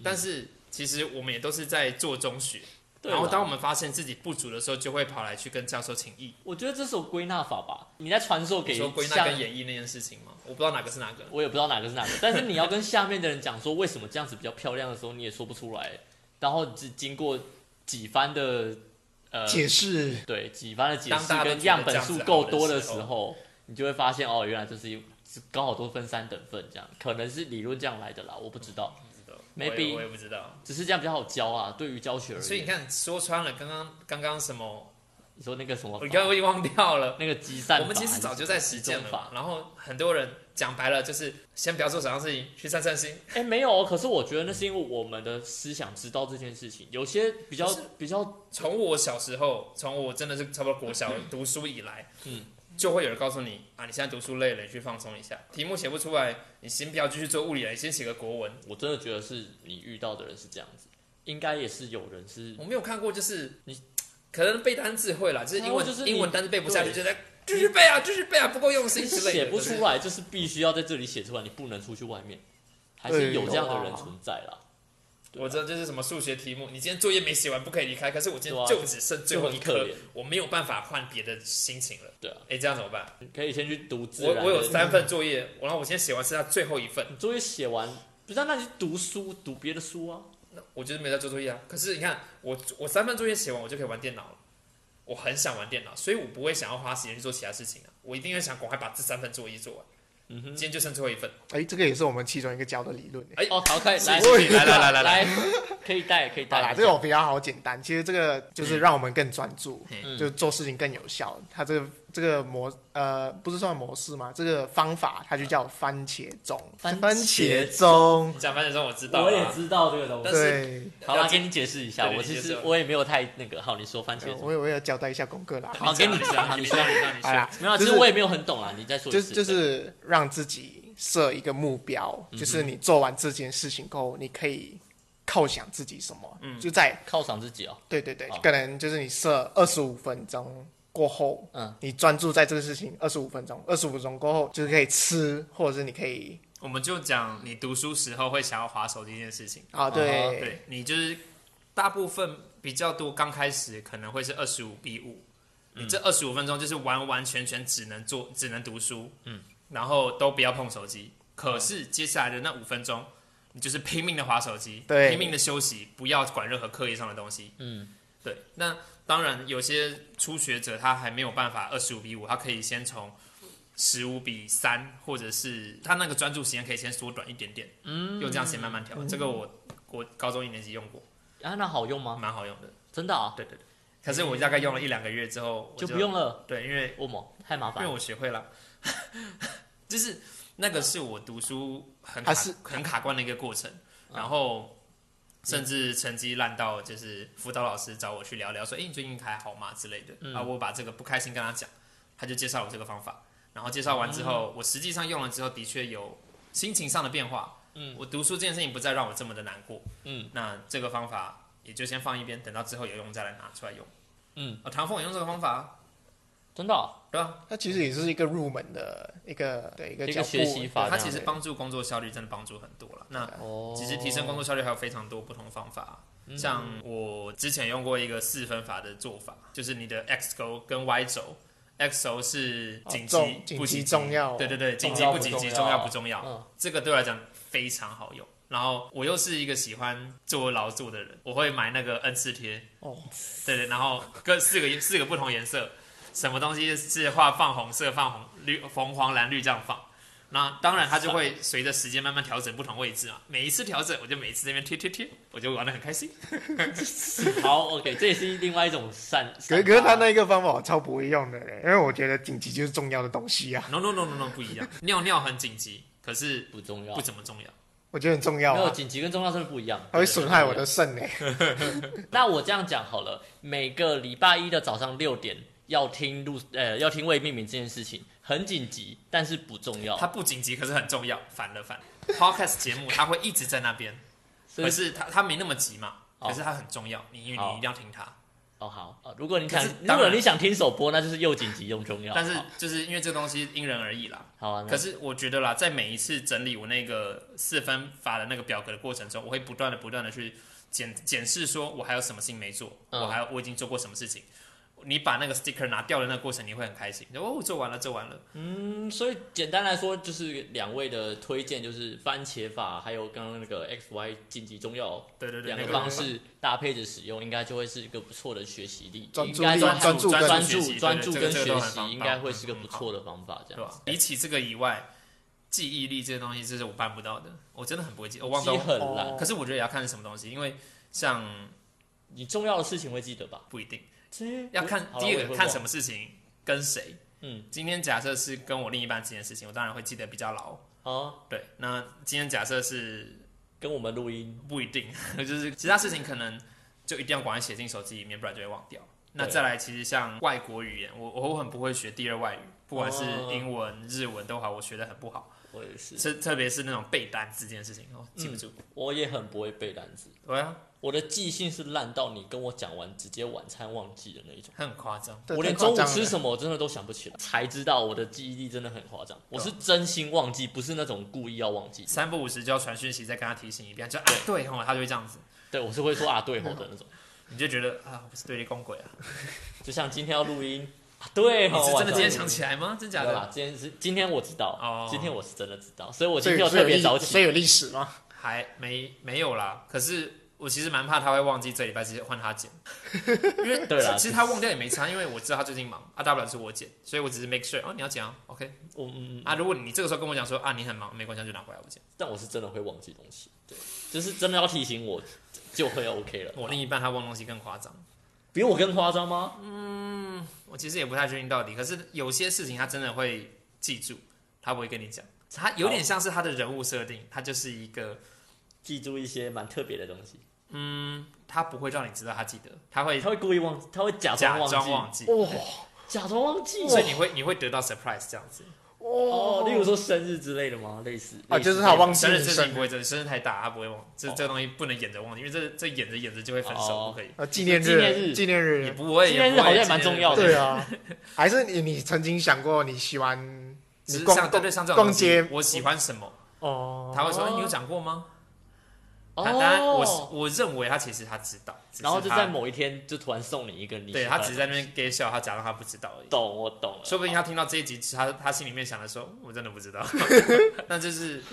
Speaker 3: 但是其实我们也都是在做中学。
Speaker 1: 对
Speaker 3: 然后
Speaker 1: 啦
Speaker 3: 当我们发现自己不足的时候，就会跑来去跟教授请益。
Speaker 1: 我觉得这是我归纳法吧，你在传授
Speaker 3: 你
Speaker 1: 给
Speaker 3: 说归纳
Speaker 1: 像
Speaker 3: 跟演绎那件事情吗？我不知道哪个是哪个。
Speaker 1: 我也不知道哪个是哪个，但是你要跟下面的人讲说为什么这样子比较漂亮的时候，你也说不出来，然后只经过几番的呃
Speaker 2: 解释
Speaker 1: 对几番的解
Speaker 3: 当大
Speaker 1: 释
Speaker 3: 家都
Speaker 1: 跟
Speaker 3: 觉得
Speaker 1: 样本数够多的时候，你就会发现哦，原来这是一是刚好都分三等份这样，可能是理论这样来的啦，我不知道，
Speaker 3: 不知道
Speaker 1: Maybe
Speaker 3: 我也我也不知道。
Speaker 1: 只是这样比较好教啊，对于教学而言。
Speaker 3: 所以你看，说穿了，刚刚刚刚什么，
Speaker 1: 你说那个什么
Speaker 3: 我
Speaker 1: 法，
Speaker 3: 刚刚我已经忘掉了。
Speaker 1: 那个积哦善法，
Speaker 3: 我们其实早就在实践
Speaker 1: 集中法
Speaker 3: 了，然后很多人讲白了就是先不要做什么事情，去散散心。
Speaker 1: 哎、没有哦，可是我觉得那是因为我们的思想知道这件事情，有些比较
Speaker 3: 可是
Speaker 1: 比较
Speaker 3: 从我小时候，从我真的是差不多国小读书以来，
Speaker 1: 嗯，
Speaker 3: 就会有人告诉你啊，你现在读书累了，你去放松一下。题目写不出来，你先不要继续做物理了，你先写个国文。
Speaker 1: 我真的觉得是你遇到的人是这样子，应该也是有人是
Speaker 3: 我没有看过，就是你可能背单字会啦，就是英
Speaker 1: 然
Speaker 3: 文、
Speaker 1: 后哦就是你
Speaker 3: 英文单字背不下去，
Speaker 1: 对
Speaker 3: 就在继续背啊，继续背啊，不够用心
Speaker 1: 是
Speaker 3: 之类的，
Speaker 1: 写不
Speaker 3: 对
Speaker 1: 出
Speaker 3: 对。
Speaker 1: 来，就是必须要在这里写出来，你不能出去外面，还是
Speaker 2: 对
Speaker 1: 有这样的
Speaker 2: 有啊
Speaker 1: 人存在啦，
Speaker 3: 我知道这是什么数学题目，你今天作业没写完不可以离开，可是我今
Speaker 1: 对
Speaker 3: 天
Speaker 1: 啊
Speaker 3: 就只剩最后一
Speaker 1: 就
Speaker 3: 科
Speaker 1: 很可怜，
Speaker 3: 我没有办法换别的心情了。
Speaker 1: 对啊，
Speaker 3: 哎，这样怎么办？
Speaker 1: 可以先去读自
Speaker 3: 我
Speaker 1: 然的。
Speaker 3: 我有三份作业，然后我先写完剩下最后一份，
Speaker 1: 你作业写完，不是啊那你去读书，读别的书啊。
Speaker 3: 那我就是没在做作业啊。可是你看，我我三份作业写完，我就可以玩电脑了。我很想玩电脑，所以我不会想要花时间去做其他事情啊。我一定会想赶快把这三份作业做完。
Speaker 1: 嗯哼
Speaker 3: 今天就剩最后一份，
Speaker 2: 哎，这个也是我们其中一个教的理论。哎
Speaker 3: 哎
Speaker 1: 哦，好，可以来
Speaker 3: 谢谢来来
Speaker 1: 来
Speaker 3: 来来
Speaker 1: 可以带，可以
Speaker 2: 好
Speaker 1: 带
Speaker 2: 啦，。这种比较好简单。其实这个就是让我们更专注，
Speaker 1: 嗯
Speaker 2: 就做事情更有效。它这个这个模呃，不是算模式吗？这个方法它就叫番茄钟。
Speaker 1: 番茄
Speaker 2: 茄钟，
Speaker 3: 你讲番茄钟我知道
Speaker 1: 我也
Speaker 3: 啊，
Speaker 1: 知道这个东
Speaker 3: 但
Speaker 1: 西。
Speaker 3: 是
Speaker 2: 对，
Speaker 1: 好
Speaker 3: 要
Speaker 1: 啦，
Speaker 3: 解
Speaker 1: 给你解释一下，
Speaker 3: 对
Speaker 1: 我
Speaker 3: 你
Speaker 1: 其
Speaker 3: 解释
Speaker 1: 实
Speaker 3: 吧
Speaker 1: 我也没有太那个。好，你说番茄
Speaker 2: 呃
Speaker 1: 钟
Speaker 2: 我。也我也要交代一下功课啦。
Speaker 1: 好，给你讲，好
Speaker 3: 讲，
Speaker 1: 你
Speaker 3: 你
Speaker 1: 说
Speaker 3: 说，。你说，你
Speaker 2: 好
Speaker 3: 说
Speaker 2: 啦，，
Speaker 1: 没有啊，
Speaker 2: 就
Speaker 1: 其
Speaker 2: 是
Speaker 1: 实我也没有很懂啦，你再说一
Speaker 2: 就
Speaker 1: 次。
Speaker 2: 就是让自己设一个目标，
Speaker 1: 嗯
Speaker 2: 就是你做完这件事情后，你可以叩响自己什么？
Speaker 1: 嗯
Speaker 2: 就在
Speaker 1: 犒赏自己哦。
Speaker 2: 对对对
Speaker 1: 好，
Speaker 2: 可能就是你设二十五分钟过后，
Speaker 1: 嗯，
Speaker 2: 你专注在这个事情二十五分钟，二十五分钟过后就是可以吃，或者是你可以
Speaker 3: 我们就讲你读书时候会想要划手机这件事情。
Speaker 2: 啊，对，
Speaker 3: 对你就是大部分比较多，刚开始可能会是二十五比五，你这二十五分钟就是完完全全只能做，只能读书，嗯，然后都不要碰手机。可是接下来的那五分钟，你就是拼命的划手机，
Speaker 2: 对
Speaker 3: 拼命的休息，不要管任何课业上的东西，
Speaker 1: 嗯，
Speaker 3: 对。那当然，有些初学者他还没有办法二十五比五，他可以先从。十五比三，或者是他那个专注时间可以先缩短一点点，嗯，用这样先慢慢调。这个我我高中一年级用过，
Speaker 1: 啊，那好用吗？
Speaker 3: 蛮好用的。
Speaker 1: 真的啊，
Speaker 3: 对对对。可是我大概用了一两个月之后，我
Speaker 1: 就不用了。
Speaker 3: 对，因为
Speaker 1: 我么太麻
Speaker 3: 因
Speaker 1: 烦
Speaker 3: 为
Speaker 1: 了。
Speaker 3: 我学会了， 就是那个是我读书很卡
Speaker 2: 还是
Speaker 3: 很卡关的一个过程，
Speaker 1: 嗯
Speaker 3: 然后甚至成绩烂到就是辅导老师找我去聊聊说，哎、你最近还好吗之类的。
Speaker 1: 嗯
Speaker 3: 啊，我把这个不开心跟他讲，他就介绍我这个方法，然后介绍完之
Speaker 1: 嗯
Speaker 3: 后，我实际上用了之后，的确有心情上的变化。
Speaker 1: 嗯，
Speaker 3: 我读书这件事情不再让我这么的难过。
Speaker 1: 嗯，
Speaker 3: 那这个方法也就先放一边，等到之后有用再来拿出来用。
Speaker 1: 嗯，
Speaker 3: 哦，唐凤也用这个方法啊，
Speaker 1: 真的啊，
Speaker 3: 对吧？
Speaker 2: 它其实也是一个入门的一个对一个
Speaker 1: 一个
Speaker 2: 脚步
Speaker 1: 学习法
Speaker 3: 它
Speaker 1: 这样
Speaker 3: 其实帮助工作效率真的帮助很多了。那
Speaker 1: 哦，嗯
Speaker 3: 其实提升工作效率还有非常多不同的方法，啊像我之前用过一个四分法的做法，就是你的 x 轴跟 y 轴。x 轴是紧
Speaker 2: 哦
Speaker 3: 急
Speaker 2: 重、紧
Speaker 3: 不
Speaker 2: 急
Speaker 3: 急
Speaker 2: 重要
Speaker 3: 对对对，紧急
Speaker 1: 重要
Speaker 3: 不
Speaker 1: 不
Speaker 3: 紧
Speaker 1: 重
Speaker 3: 急，
Speaker 1: 要
Speaker 3: 重要不重要？
Speaker 1: 嗯
Speaker 3: 这个对我来讲非常好用。然后我又是一个喜欢做劳作的人，我会买那个 N 次贴，
Speaker 2: 哦，
Speaker 3: 对对，然后各四个四个不同颜色，什么东西是画放红色、放红绿、红黄蓝绿这样放。那当然，它就会随着时间慢慢调整不同位置嘛。每一次调整，我就每一次这边贴贴贴，我就玩的很开心。
Speaker 1: 好 OK，这也是另外一种善。
Speaker 2: 可
Speaker 1: 善
Speaker 2: 是可是他
Speaker 1: 法
Speaker 2: 那个方法我超不会用的嘞，因为我觉得紧急就是重要的东西啊，
Speaker 3: No no no no no，不一样。尿尿很紧急，可是
Speaker 1: 不重要
Speaker 3: 不，怎么重要。
Speaker 1: 哦
Speaker 2: 我觉得很重要
Speaker 1: 没有
Speaker 2: 啊，
Speaker 1: 紧急跟重要真的不一样，
Speaker 2: 它会损害我的肾嘞。
Speaker 1: 那我这样讲好了，每个礼拜一的早上六点要听录，呃，要听未命名这件事情很紧急，但是不重要。
Speaker 3: 它不紧急，可是很重要。反了反了。Podcast 节目它会一直在那边，
Speaker 1: 所以
Speaker 3: 可是它它没那么急嘛，
Speaker 1: 哦
Speaker 3: 可是它很重要。你因为你
Speaker 1: 好
Speaker 3: 一定要听它。
Speaker 1: 哦好，呃如果你想
Speaker 3: 可是，
Speaker 1: 如
Speaker 3: 当然
Speaker 1: 果你想听首播，那就是又紧急又重要。
Speaker 3: 但是
Speaker 1: 好
Speaker 3: 就是因为这东西因人而异啦。
Speaker 1: 好啊，那
Speaker 3: 可是我觉得啦，在每一次整理我那个四分法的那个表格的过程中，我会不断的不断的去检检视，说我还有什么事情没做，
Speaker 1: 嗯
Speaker 3: 我还有我已经做过什么事情。你把那个 sticker 拿掉的那个过程，你会很开心。就哦，做完了，做完了。
Speaker 1: 嗯，所以简单来说，就是两位的推荐就是番茄法，还有刚刚那个 X Y 紧急哦中药
Speaker 3: 对对对，
Speaker 1: 两
Speaker 3: 那
Speaker 1: 个
Speaker 3: 个
Speaker 1: 方式搭配着使用，应该就会是一个不错的学习力，
Speaker 2: 专注
Speaker 1: 应该
Speaker 2: 力
Speaker 1: 都
Speaker 2: 专
Speaker 1: 很
Speaker 2: 注跟
Speaker 1: 专
Speaker 3: 学
Speaker 1: 注
Speaker 3: 习
Speaker 1: 专
Speaker 3: 对
Speaker 1: 注
Speaker 3: 这
Speaker 1: 跟
Speaker 3: 个这个
Speaker 1: 学
Speaker 3: 都
Speaker 1: 习，
Speaker 3: 很嗯
Speaker 1: 应该
Speaker 3: 棒
Speaker 1: 会是个
Speaker 3: 很
Speaker 1: 不
Speaker 3: 好
Speaker 1: 错的方法，这
Speaker 3: 对
Speaker 1: 样
Speaker 3: 吧。？比起这个以外，记忆力这些东西，这是我办不到的。我真的很不会记，我忘
Speaker 1: 记
Speaker 3: 记。
Speaker 1: 很难
Speaker 2: 哦，
Speaker 3: 可是我觉得也要看是什么东西，因为像
Speaker 1: 你重要的事情会记得吧？
Speaker 3: 不一定
Speaker 1: 这
Speaker 3: 要看第一个看什么事情跟谁。
Speaker 1: 嗯，
Speaker 3: 今天假设是跟我另一半这件事情，我当然会记得比较牢。
Speaker 1: 啊，
Speaker 3: 对，那今天假设是
Speaker 1: 跟我们录音
Speaker 3: 不一定， 就是其他事情可能就一定要赶快写进手机里面，不然就会忘掉。那
Speaker 1: 对
Speaker 3: 再来，其实像外国语言，我我我很不会学第二外语，不管是
Speaker 1: 哦
Speaker 3: 英文、日文都好，我学的很不好。
Speaker 1: 我也是，
Speaker 3: 特特别是那种背单词这件事情，哦，记不住。
Speaker 1: 我也很不会背单词，
Speaker 3: 对啊，
Speaker 1: 我的记性是烂到你跟我讲完直接晚餐忘记的那一种。
Speaker 3: 它很夸张。
Speaker 2: 对
Speaker 1: 我连
Speaker 2: 太夸
Speaker 1: 中午
Speaker 2: 张
Speaker 1: 吃
Speaker 2: 了
Speaker 1: 什么我真的都想不起来，才知道我的记忆力真的很夸张。我是真心忘记，不是那种故意要忘记。
Speaker 3: 三不五时就要传讯息，再跟他提醒一遍，就啊对吼，他就会这样子，
Speaker 1: 对我是会说啊对吼的那种，
Speaker 3: 你就觉得啊，我不是对立公鬼啊？
Speaker 1: 就像今天要录音，啊对
Speaker 3: 你
Speaker 1: 吼，
Speaker 3: 是真的今天想
Speaker 1: 来？
Speaker 3: 起来吗？真假
Speaker 1: 没有啦
Speaker 3: 的？，
Speaker 1: 今天是今天我知道
Speaker 3: 哦，
Speaker 1: 今天我是真的知道，所以我今
Speaker 2: 所以
Speaker 1: 天有
Speaker 2: 所
Speaker 1: 特
Speaker 2: 以有
Speaker 1: 别
Speaker 2: 历
Speaker 1: 早
Speaker 2: 所以
Speaker 1: 起。
Speaker 2: 有历史吗？
Speaker 3: 还没没有啦。可是我其实蛮怕他会忘记这礼拜是换他剪，因为
Speaker 1: 对啦
Speaker 3: 其其实他忘掉也没差，因为我知道他最近忙，啊，大不了是我剪，所以我只是 make sure 哦，你要剪啊，OK
Speaker 1: 我嗯，嗯嗯
Speaker 3: 啊。如果你这个时候跟我讲说啊，你很忙，没关系，就拿回来我剪。
Speaker 1: 但我是真的会忘记东西，对，就是真的要提醒我就会 OK 了。
Speaker 3: 我另一半他忘东西更夸张。
Speaker 1: 比我更夸张吗？
Speaker 3: 我其实也不太确定到底，可是有些事情他真的会记住，他不会跟你讲。他有点像是他的人物设定，他就是一个，
Speaker 1: 记住一些蛮特别的东西，
Speaker 3: 嗯，他不会让你知道他记得，他会
Speaker 1: 他会故意忘，他会假
Speaker 3: 假
Speaker 1: 装忘
Speaker 3: 装
Speaker 1: 记，
Speaker 3: 忘记，
Speaker 2: 哇
Speaker 1: 假装忘记。
Speaker 3: 所以你会你会得到 surprise 这样子。
Speaker 1: 哦
Speaker 2: 哇，，
Speaker 1: 例如说生日之类的吗？类似
Speaker 3: 哦
Speaker 2: 啊，
Speaker 1: 类似
Speaker 2: 就是他忘记
Speaker 3: 生
Speaker 2: 你
Speaker 3: 日这情
Speaker 2: 生
Speaker 3: 不
Speaker 2: 日，
Speaker 3: 会，这生日太大，他不会忘，这
Speaker 1: 哦
Speaker 3: 这个东西不能演着忘记，因为这这演着演着就会分
Speaker 1: 哦
Speaker 3: 手，不可以，
Speaker 2: 呃，纪念
Speaker 1: 纪念
Speaker 2: 日，
Speaker 1: 日
Speaker 2: 纪念
Speaker 3: 也
Speaker 2: 日，
Speaker 3: 不会。
Speaker 1: 纪念日
Speaker 3: 也不会
Speaker 1: 好像也蛮重要的
Speaker 2: 对啊， 还是你你曾经想过你喜欢
Speaker 3: 只
Speaker 2: 你
Speaker 3: 是
Speaker 2: 逛
Speaker 3: 像对对像这种
Speaker 2: 逛
Speaker 3: 东西
Speaker 2: 街
Speaker 3: 我喜欢什么，
Speaker 2: 哦，
Speaker 3: 他会说
Speaker 1: 哦
Speaker 3: 哎你有讲过吗？
Speaker 1: 哦
Speaker 3: 他当然，我我认为他其实他知道，只是
Speaker 1: 然后就
Speaker 3: 他
Speaker 1: 在某一天就突然送你一个你喜
Speaker 3: 对他
Speaker 1: 欢的
Speaker 3: 只是在那边 gay 笑，他假装他不知道而已。
Speaker 1: 懂，我懂了，
Speaker 3: 说不定他听到这一集，他他心里面想的说，我真的不 知道。那就是，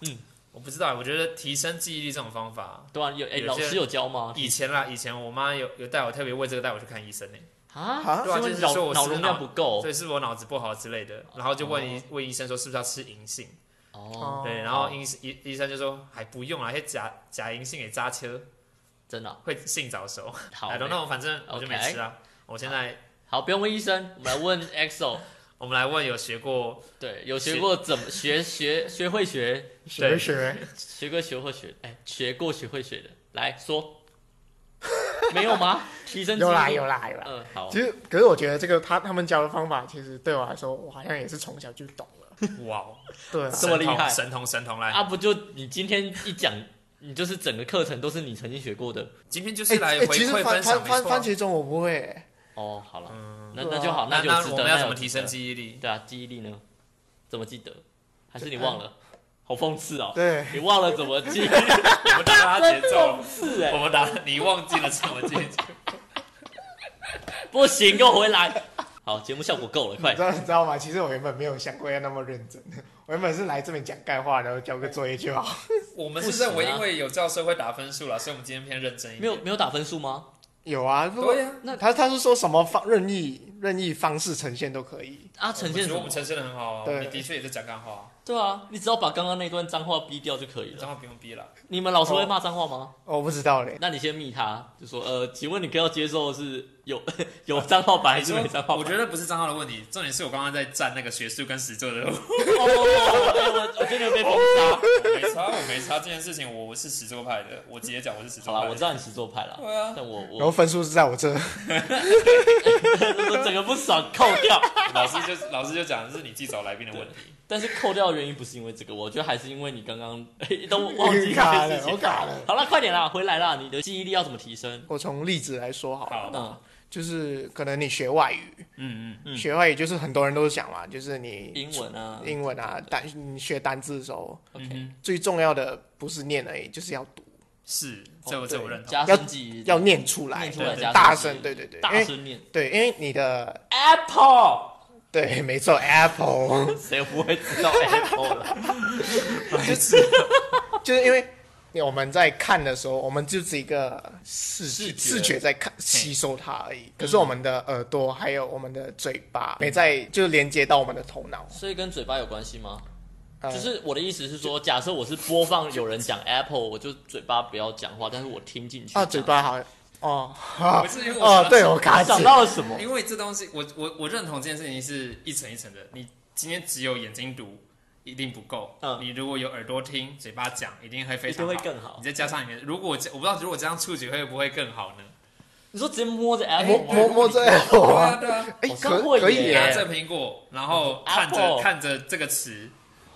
Speaker 3: 嗯，我不知道。我觉得提升记忆力这种方法，
Speaker 1: 对啊，有哎
Speaker 3: 有些
Speaker 1: 老师有教吗？
Speaker 3: 以前啦，以前我妈有有带我特别为这个带我去看医生呢、
Speaker 1: 啊，
Speaker 3: 对啊
Speaker 1: 因为
Speaker 3: 就是
Speaker 1: 脑
Speaker 3: 说我是
Speaker 1: 脑容量不够
Speaker 3: 所以是我脑子不好之类的，然后就问医、
Speaker 1: 哦
Speaker 3: 问医生说是不是要吃银杏，
Speaker 1: 哦，
Speaker 3: 对，然后医医医生就说还不用啊，那些假假银杏给扎车
Speaker 1: 真的啊
Speaker 3: 会性早熟，
Speaker 1: 好
Speaker 3: I don't know，反正
Speaker 1: OK
Speaker 3: 我就没吃啊。我现在
Speaker 1: 好，不用问医生，我们来问 EXO，
Speaker 3: 我们来问有学过
Speaker 1: 对，有学过怎么学学学会学
Speaker 2: 学一学
Speaker 1: 学过学会学，哎，学过学会学的，来说，没有吗？ 提升
Speaker 2: 有
Speaker 1: 记
Speaker 2: 啦
Speaker 1: 忆力
Speaker 2: 有，啦有啦。
Speaker 1: 嗯，好
Speaker 2: 其，实，可是我觉得这个他他们教的方法，其实对我来说，我好像也是从小就懂了。
Speaker 3: 哇哦，
Speaker 2: 对啊，
Speaker 1: 这么厉害
Speaker 3: 神童神童来，
Speaker 1: 啊，不就你今天一讲，你就是整个课程都是你曾经学过的。
Speaker 3: 今天就
Speaker 2: 哎
Speaker 3: 是来
Speaker 2: 哎
Speaker 3: 回
Speaker 2: 其实
Speaker 3: 馈
Speaker 2: 番
Speaker 3: 分
Speaker 2: 番
Speaker 3: 享，没
Speaker 2: 番
Speaker 3: 错啊
Speaker 2: 番。茄钟我不会欸，
Speaker 1: 哦，好了，
Speaker 3: 嗯
Speaker 1: 那
Speaker 2: 对
Speaker 1: 那
Speaker 2: 啊
Speaker 1: 就好，
Speaker 3: 那
Speaker 1: 就值
Speaker 3: 我
Speaker 1: 得。
Speaker 3: 们要怎
Speaker 1: 有
Speaker 3: 么提
Speaker 1: 值得
Speaker 3: 升？记 忆力？
Speaker 1: 对啊，记忆力呢？怎么记得？还是你忘了？好讽刺哦！
Speaker 2: 对，
Speaker 1: 你忘了怎么记？
Speaker 3: 我们打他节奏，
Speaker 1: 是
Speaker 3: 我
Speaker 1: 哎，
Speaker 3: 们打你忘记了什么节 奏？
Speaker 1: 不行，给我回 来。好，节目效果够了，
Speaker 2: 你
Speaker 1: 快
Speaker 2: 知！道你知道吗？其实我原本没有想过要那么认真， 我原本是来这边讲干话，然后交个作业就好。
Speaker 3: 我们
Speaker 1: 不
Speaker 3: 是
Speaker 1: 行啊
Speaker 3: 认为因为有教授会打分数了，所以我们今天偏认真一
Speaker 1: 没有
Speaker 3: 点。
Speaker 1: 没有打分数吗？
Speaker 2: 有啊，不过
Speaker 3: 对呀，
Speaker 1: 那
Speaker 2: 他他是说什么方任意任意方式呈现都可以。
Speaker 1: 啊，呈现
Speaker 3: 我觉
Speaker 1: 什
Speaker 3: 得我
Speaker 1: 么
Speaker 3: 们？呈现的很好啊，我
Speaker 2: 对
Speaker 3: 们的确也是讲干话啊，
Speaker 1: 对啊，你只要把刚刚那段脏话逼掉就可以
Speaker 3: 脏
Speaker 1: 了。
Speaker 3: 话不用逼 了。
Speaker 1: 你们老师会骂脏话吗？
Speaker 2: 哦我不知道嘞，
Speaker 1: 那你先密他，就说呃，请问你要接受是有 有脏话版还是没脏话版？
Speaker 3: 我觉得不是脏话的问题，重点是我刚刚在站那个学术跟实作的。
Speaker 1: 哦，我我真的被封杀。
Speaker 3: 我没差，我没差这件事情，我是实作派的，我直接讲我是实
Speaker 1: 好
Speaker 3: 作
Speaker 1: 啦，
Speaker 3: 派
Speaker 1: 我知
Speaker 3: 的。
Speaker 1: 道你是做派啦，
Speaker 3: 对啊
Speaker 1: 但我
Speaker 2: 然后
Speaker 1: 我
Speaker 2: 分数是在我 这，
Speaker 1: 我整个不爽扣掉，
Speaker 3: 老师就老师就讲是你自己找来宾的问题。
Speaker 1: 但是扣掉的原因不是因为这个，我觉得还是因为你刚刚 都忘记
Speaker 2: 我
Speaker 1: 这
Speaker 2: 卡
Speaker 1: 件
Speaker 2: 了
Speaker 1: 事，
Speaker 2: 我
Speaker 1: 情。
Speaker 2: 卡了。
Speaker 1: 好了，快点啦，回来啦，你的记忆力要怎么提升？
Speaker 2: 我从例子来说好了，
Speaker 3: 好，
Speaker 1: 嗯，
Speaker 2: 就是可能你学外语，
Speaker 3: 嗯嗯，
Speaker 1: 嗯
Speaker 2: 学外语就是很多人都讲嘛，就是你
Speaker 1: 英文啊
Speaker 2: 英文啊，单你学单字的时候，
Speaker 1: ，OK，
Speaker 3: 嗯
Speaker 2: 最重要的不是念而已，就是要读。
Speaker 3: 是，这我这我认
Speaker 1: 哦
Speaker 3: 同。
Speaker 1: 加深记忆，
Speaker 2: 要念出来，
Speaker 1: 念出来
Speaker 2: 对
Speaker 1: 加深
Speaker 2: 大
Speaker 1: 记忆
Speaker 2: 声，对对对，因
Speaker 1: 大
Speaker 2: 为
Speaker 1: 声念
Speaker 2: 对，因为你的
Speaker 1: Apple，
Speaker 2: 对，没错，Apple，
Speaker 1: 谁不会知 道 Apple 了？
Speaker 2: 就是因为我们在看的时候，我们就是一个视
Speaker 1: 视觉嗯
Speaker 2: 视觉在看吸收它而已。可是我们的耳朵还有我们的嘴巴没在，就是连接到我们的头脑。
Speaker 1: 所以跟嘴巴有关系吗？
Speaker 2: 呃
Speaker 1: 就是我的意思是说，假设我是播放有人讲 Apple，我就嘴巴不要讲话，但是我听进去。
Speaker 2: 啊，嘴巴好哦，
Speaker 3: 不是因为 我
Speaker 2: 哦，对我
Speaker 1: 他
Speaker 2: 卡
Speaker 1: 想
Speaker 2: 起，
Speaker 1: 到了什么？
Speaker 3: 因为这东西，我我我认同这件事情是一层一层的。你今天只有眼睛读一定不够，
Speaker 1: 嗯
Speaker 3: 你如果有耳朵听、嘴巴讲，一定会非常
Speaker 1: 一定会更好
Speaker 3: 你再加上你的，如果我这我不知道，如果这样触觉会不会更好呢？
Speaker 1: 你说直接摸着
Speaker 2: 摸
Speaker 1: Apple 吗
Speaker 2: 摸摸这 Apple
Speaker 3: 对啊
Speaker 2: 啊，
Speaker 3: 对啊，
Speaker 2: 哎，
Speaker 1: 好像
Speaker 2: 可
Speaker 1: 会
Speaker 2: 可以
Speaker 1: 耶
Speaker 3: 拿
Speaker 2: 耶，
Speaker 3: 着苹果，然后看
Speaker 1: 嗯 Apple
Speaker 3: 着看着这个词，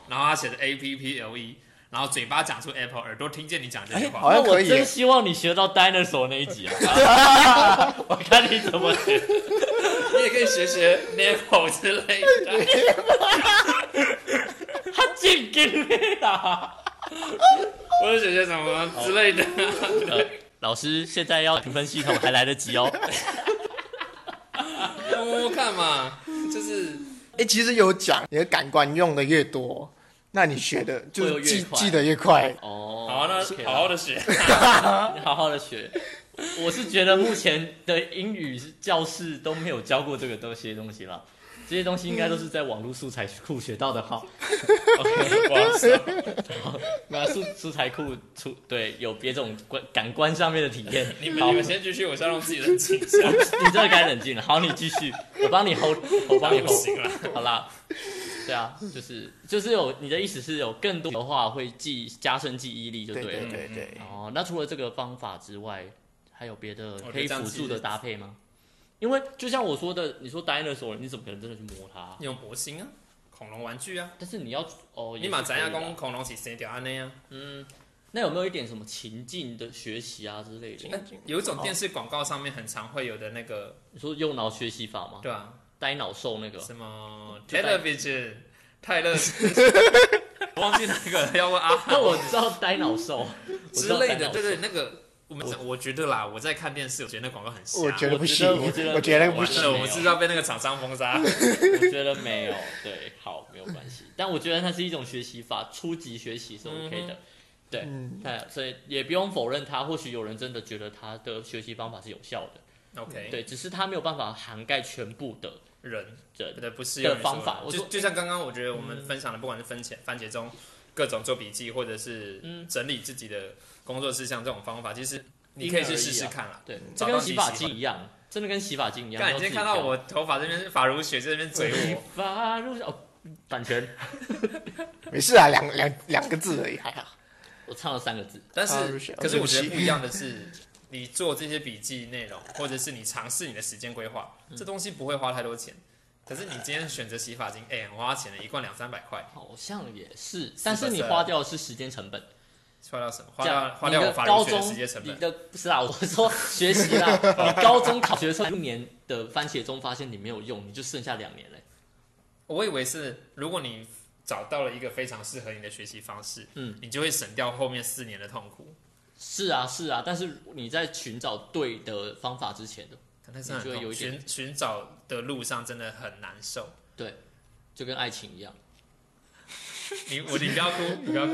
Speaker 3: 然后他写的 A P P L E，然后嘴巴讲出 Apple，耳朵听见你讲这句
Speaker 2: 好
Speaker 3: 话。
Speaker 1: 那
Speaker 2: 像
Speaker 1: 我
Speaker 2: 可以
Speaker 1: 真
Speaker 2: 耶。
Speaker 1: 希望你学到 dinosaur 那一集啊！ 我看你怎么学。
Speaker 3: 你也可以学学 Apple 之类的。
Speaker 1: 他进给你啦！
Speaker 3: 或者学学什么之类的。
Speaker 1: 呃老师现在要评分系统还来得及哦。
Speaker 3: 摸摸哦看嘛，就是
Speaker 2: 哎，其实有讲，你的感官用的越多，那你学的就
Speaker 1: 会有
Speaker 2: 是
Speaker 1: 越
Speaker 2: 记
Speaker 1: 快
Speaker 2: 记得越快。
Speaker 1: 哦，
Speaker 3: 好，那
Speaker 1: OK 啦
Speaker 3: 好好 的学。
Speaker 1: 你好好的学。我是觉得目前的英语教室都没有教过这个这些东西啦，这些东西应该都是在网络素材库学到的哈。OK，不好意思啊好那素素材库出对有别种观感官上面的体验。
Speaker 3: 你们
Speaker 1: 好
Speaker 3: 你们先继续，我先让自己冷静一下。
Speaker 1: 你这个该冷静了。好，你继续，我帮你 hold，我帮你
Speaker 3: 不
Speaker 1: hold。
Speaker 3: 行了，
Speaker 1: 好啦，对啊，就是就是有你的意思是有更多的话会记加深记忆力就
Speaker 2: 对
Speaker 1: 了。
Speaker 2: 对对
Speaker 3: 嗯
Speaker 2: 对，
Speaker 1: 哦，那除了这个方法之外，还有别的
Speaker 3: 觉得
Speaker 1: 可以
Speaker 3: 哦这样
Speaker 1: 辅
Speaker 3: 其
Speaker 1: 助
Speaker 3: 实
Speaker 1: 的搭配吗？因为就像我说的，你说 dinosaur，你怎么可能真的去摸它啊？
Speaker 3: 用博心啊，恐龙玩具啊，
Speaker 1: 但是你要哦，
Speaker 3: 你马咱
Speaker 1: 也
Speaker 3: 要
Speaker 1: 是可以
Speaker 3: 讲
Speaker 1: 啦
Speaker 3: 恐龙是谁掉安那样。
Speaker 1: 嗯，那有没有一点什么情境的学习啊之类
Speaker 3: 那
Speaker 1: 的？
Speaker 2: 哎
Speaker 3: 有一种电视广告上面很常会有的那个，
Speaker 1: 你说右脑学习法吗？
Speaker 3: 对啊吧？
Speaker 1: 呆脑兽 那个
Speaker 3: 什么
Speaker 1: 就在
Speaker 3: television 泰勒，我忘记那个了，要问阿
Speaker 1: 那
Speaker 3: 汉
Speaker 1: 我知道呆脑兽我知
Speaker 3: 之
Speaker 1: 道
Speaker 3: 类
Speaker 1: 呆
Speaker 3: 的，
Speaker 1: 脑
Speaker 3: 对对，
Speaker 1: 兽
Speaker 3: 那个我们我觉得啦，我在看电视，我觉得那广告很瞎。
Speaker 2: 我觉得不行
Speaker 1: 我觉得，
Speaker 2: 我觉得不
Speaker 3: 完
Speaker 2: 行。
Speaker 3: 了，我们是不是要被那个厂商封杀。
Speaker 1: 我觉得没 有，对，好，没有关系。但我觉得它是一种学习法，初级学习是 OK
Speaker 3: 嗯
Speaker 1: 的，对，那、所以也不用否认它。或许有人真的觉得他的学习方法是有效的，
Speaker 3: OK，
Speaker 1: 对，只是他没有办法涵盖全部的
Speaker 3: 人
Speaker 1: 人。
Speaker 3: 对不是
Speaker 1: 的
Speaker 3: 用于
Speaker 1: 方
Speaker 3: 说
Speaker 1: 法我
Speaker 3: 就
Speaker 1: 说
Speaker 3: 就像刚刚我觉得我们分享的，不管是番茄番茄钟各种做笔记，或者是
Speaker 1: 嗯
Speaker 3: 整理自己的工作事项这种方法，其实你
Speaker 1: 因
Speaker 3: 可以
Speaker 1: 人
Speaker 3: 去
Speaker 1: 而
Speaker 3: 试
Speaker 1: 异
Speaker 3: 试
Speaker 1: 啊
Speaker 3: 看啦。
Speaker 1: 对，这
Speaker 3: 找
Speaker 1: 跟
Speaker 3: 到
Speaker 1: 洗
Speaker 3: 你
Speaker 1: 发
Speaker 3: 喜欢
Speaker 1: 精一样，真的跟洗发精一样。
Speaker 3: 看
Speaker 1: 都
Speaker 3: 你
Speaker 1: 自
Speaker 3: 今
Speaker 1: 己
Speaker 3: 天看到
Speaker 1: 挑
Speaker 3: 我头发这边发如雪这边嘴我，
Speaker 1: 发入哦，版权，
Speaker 2: 没事啊，两两两个字而已，还好。
Speaker 1: 我唱了三个字，
Speaker 3: 但
Speaker 2: 发如
Speaker 3: 是
Speaker 2: 雪
Speaker 3: 可是
Speaker 1: 哦
Speaker 2: 对
Speaker 3: 我
Speaker 2: 不
Speaker 3: 觉得
Speaker 2: 起
Speaker 3: 不一样的是，你做这些笔记内容，或者是你尝试你的时间规划，
Speaker 1: 嗯
Speaker 3: 这东西不会花太多钱。可是你今天选择洗发精，哎、很花钱的，一罐两三百块，
Speaker 1: 好像也是，但是
Speaker 3: 不
Speaker 1: 你
Speaker 3: 是
Speaker 1: 花掉的是时间成本。
Speaker 3: 花掉什么？花
Speaker 1: 这
Speaker 3: 掉
Speaker 1: 样
Speaker 3: 花
Speaker 1: 你
Speaker 3: 掉
Speaker 1: 的
Speaker 3: 我发
Speaker 1: 高
Speaker 3: 如雪
Speaker 1: 中
Speaker 3: 的时间成本
Speaker 1: 你。的不是啦，啊我说学习 啦。你高中考学的时候一年的番茄钟，发现你没有用，你就剩下两年嘞。
Speaker 3: 我以为是，如果你找到了一个非常适合你的学习方式，
Speaker 1: 嗯，
Speaker 3: 你就会省掉后面四年的痛苦。
Speaker 1: 是啊，是啊，但是你在寻找对的方法之前的，
Speaker 3: 但是很
Speaker 1: 你就会有
Speaker 3: 痛
Speaker 1: 一点
Speaker 3: 寻寻找的路上真的很难受。
Speaker 1: 对，就跟爱情一样。
Speaker 3: 你我你不要哭，你不要哭。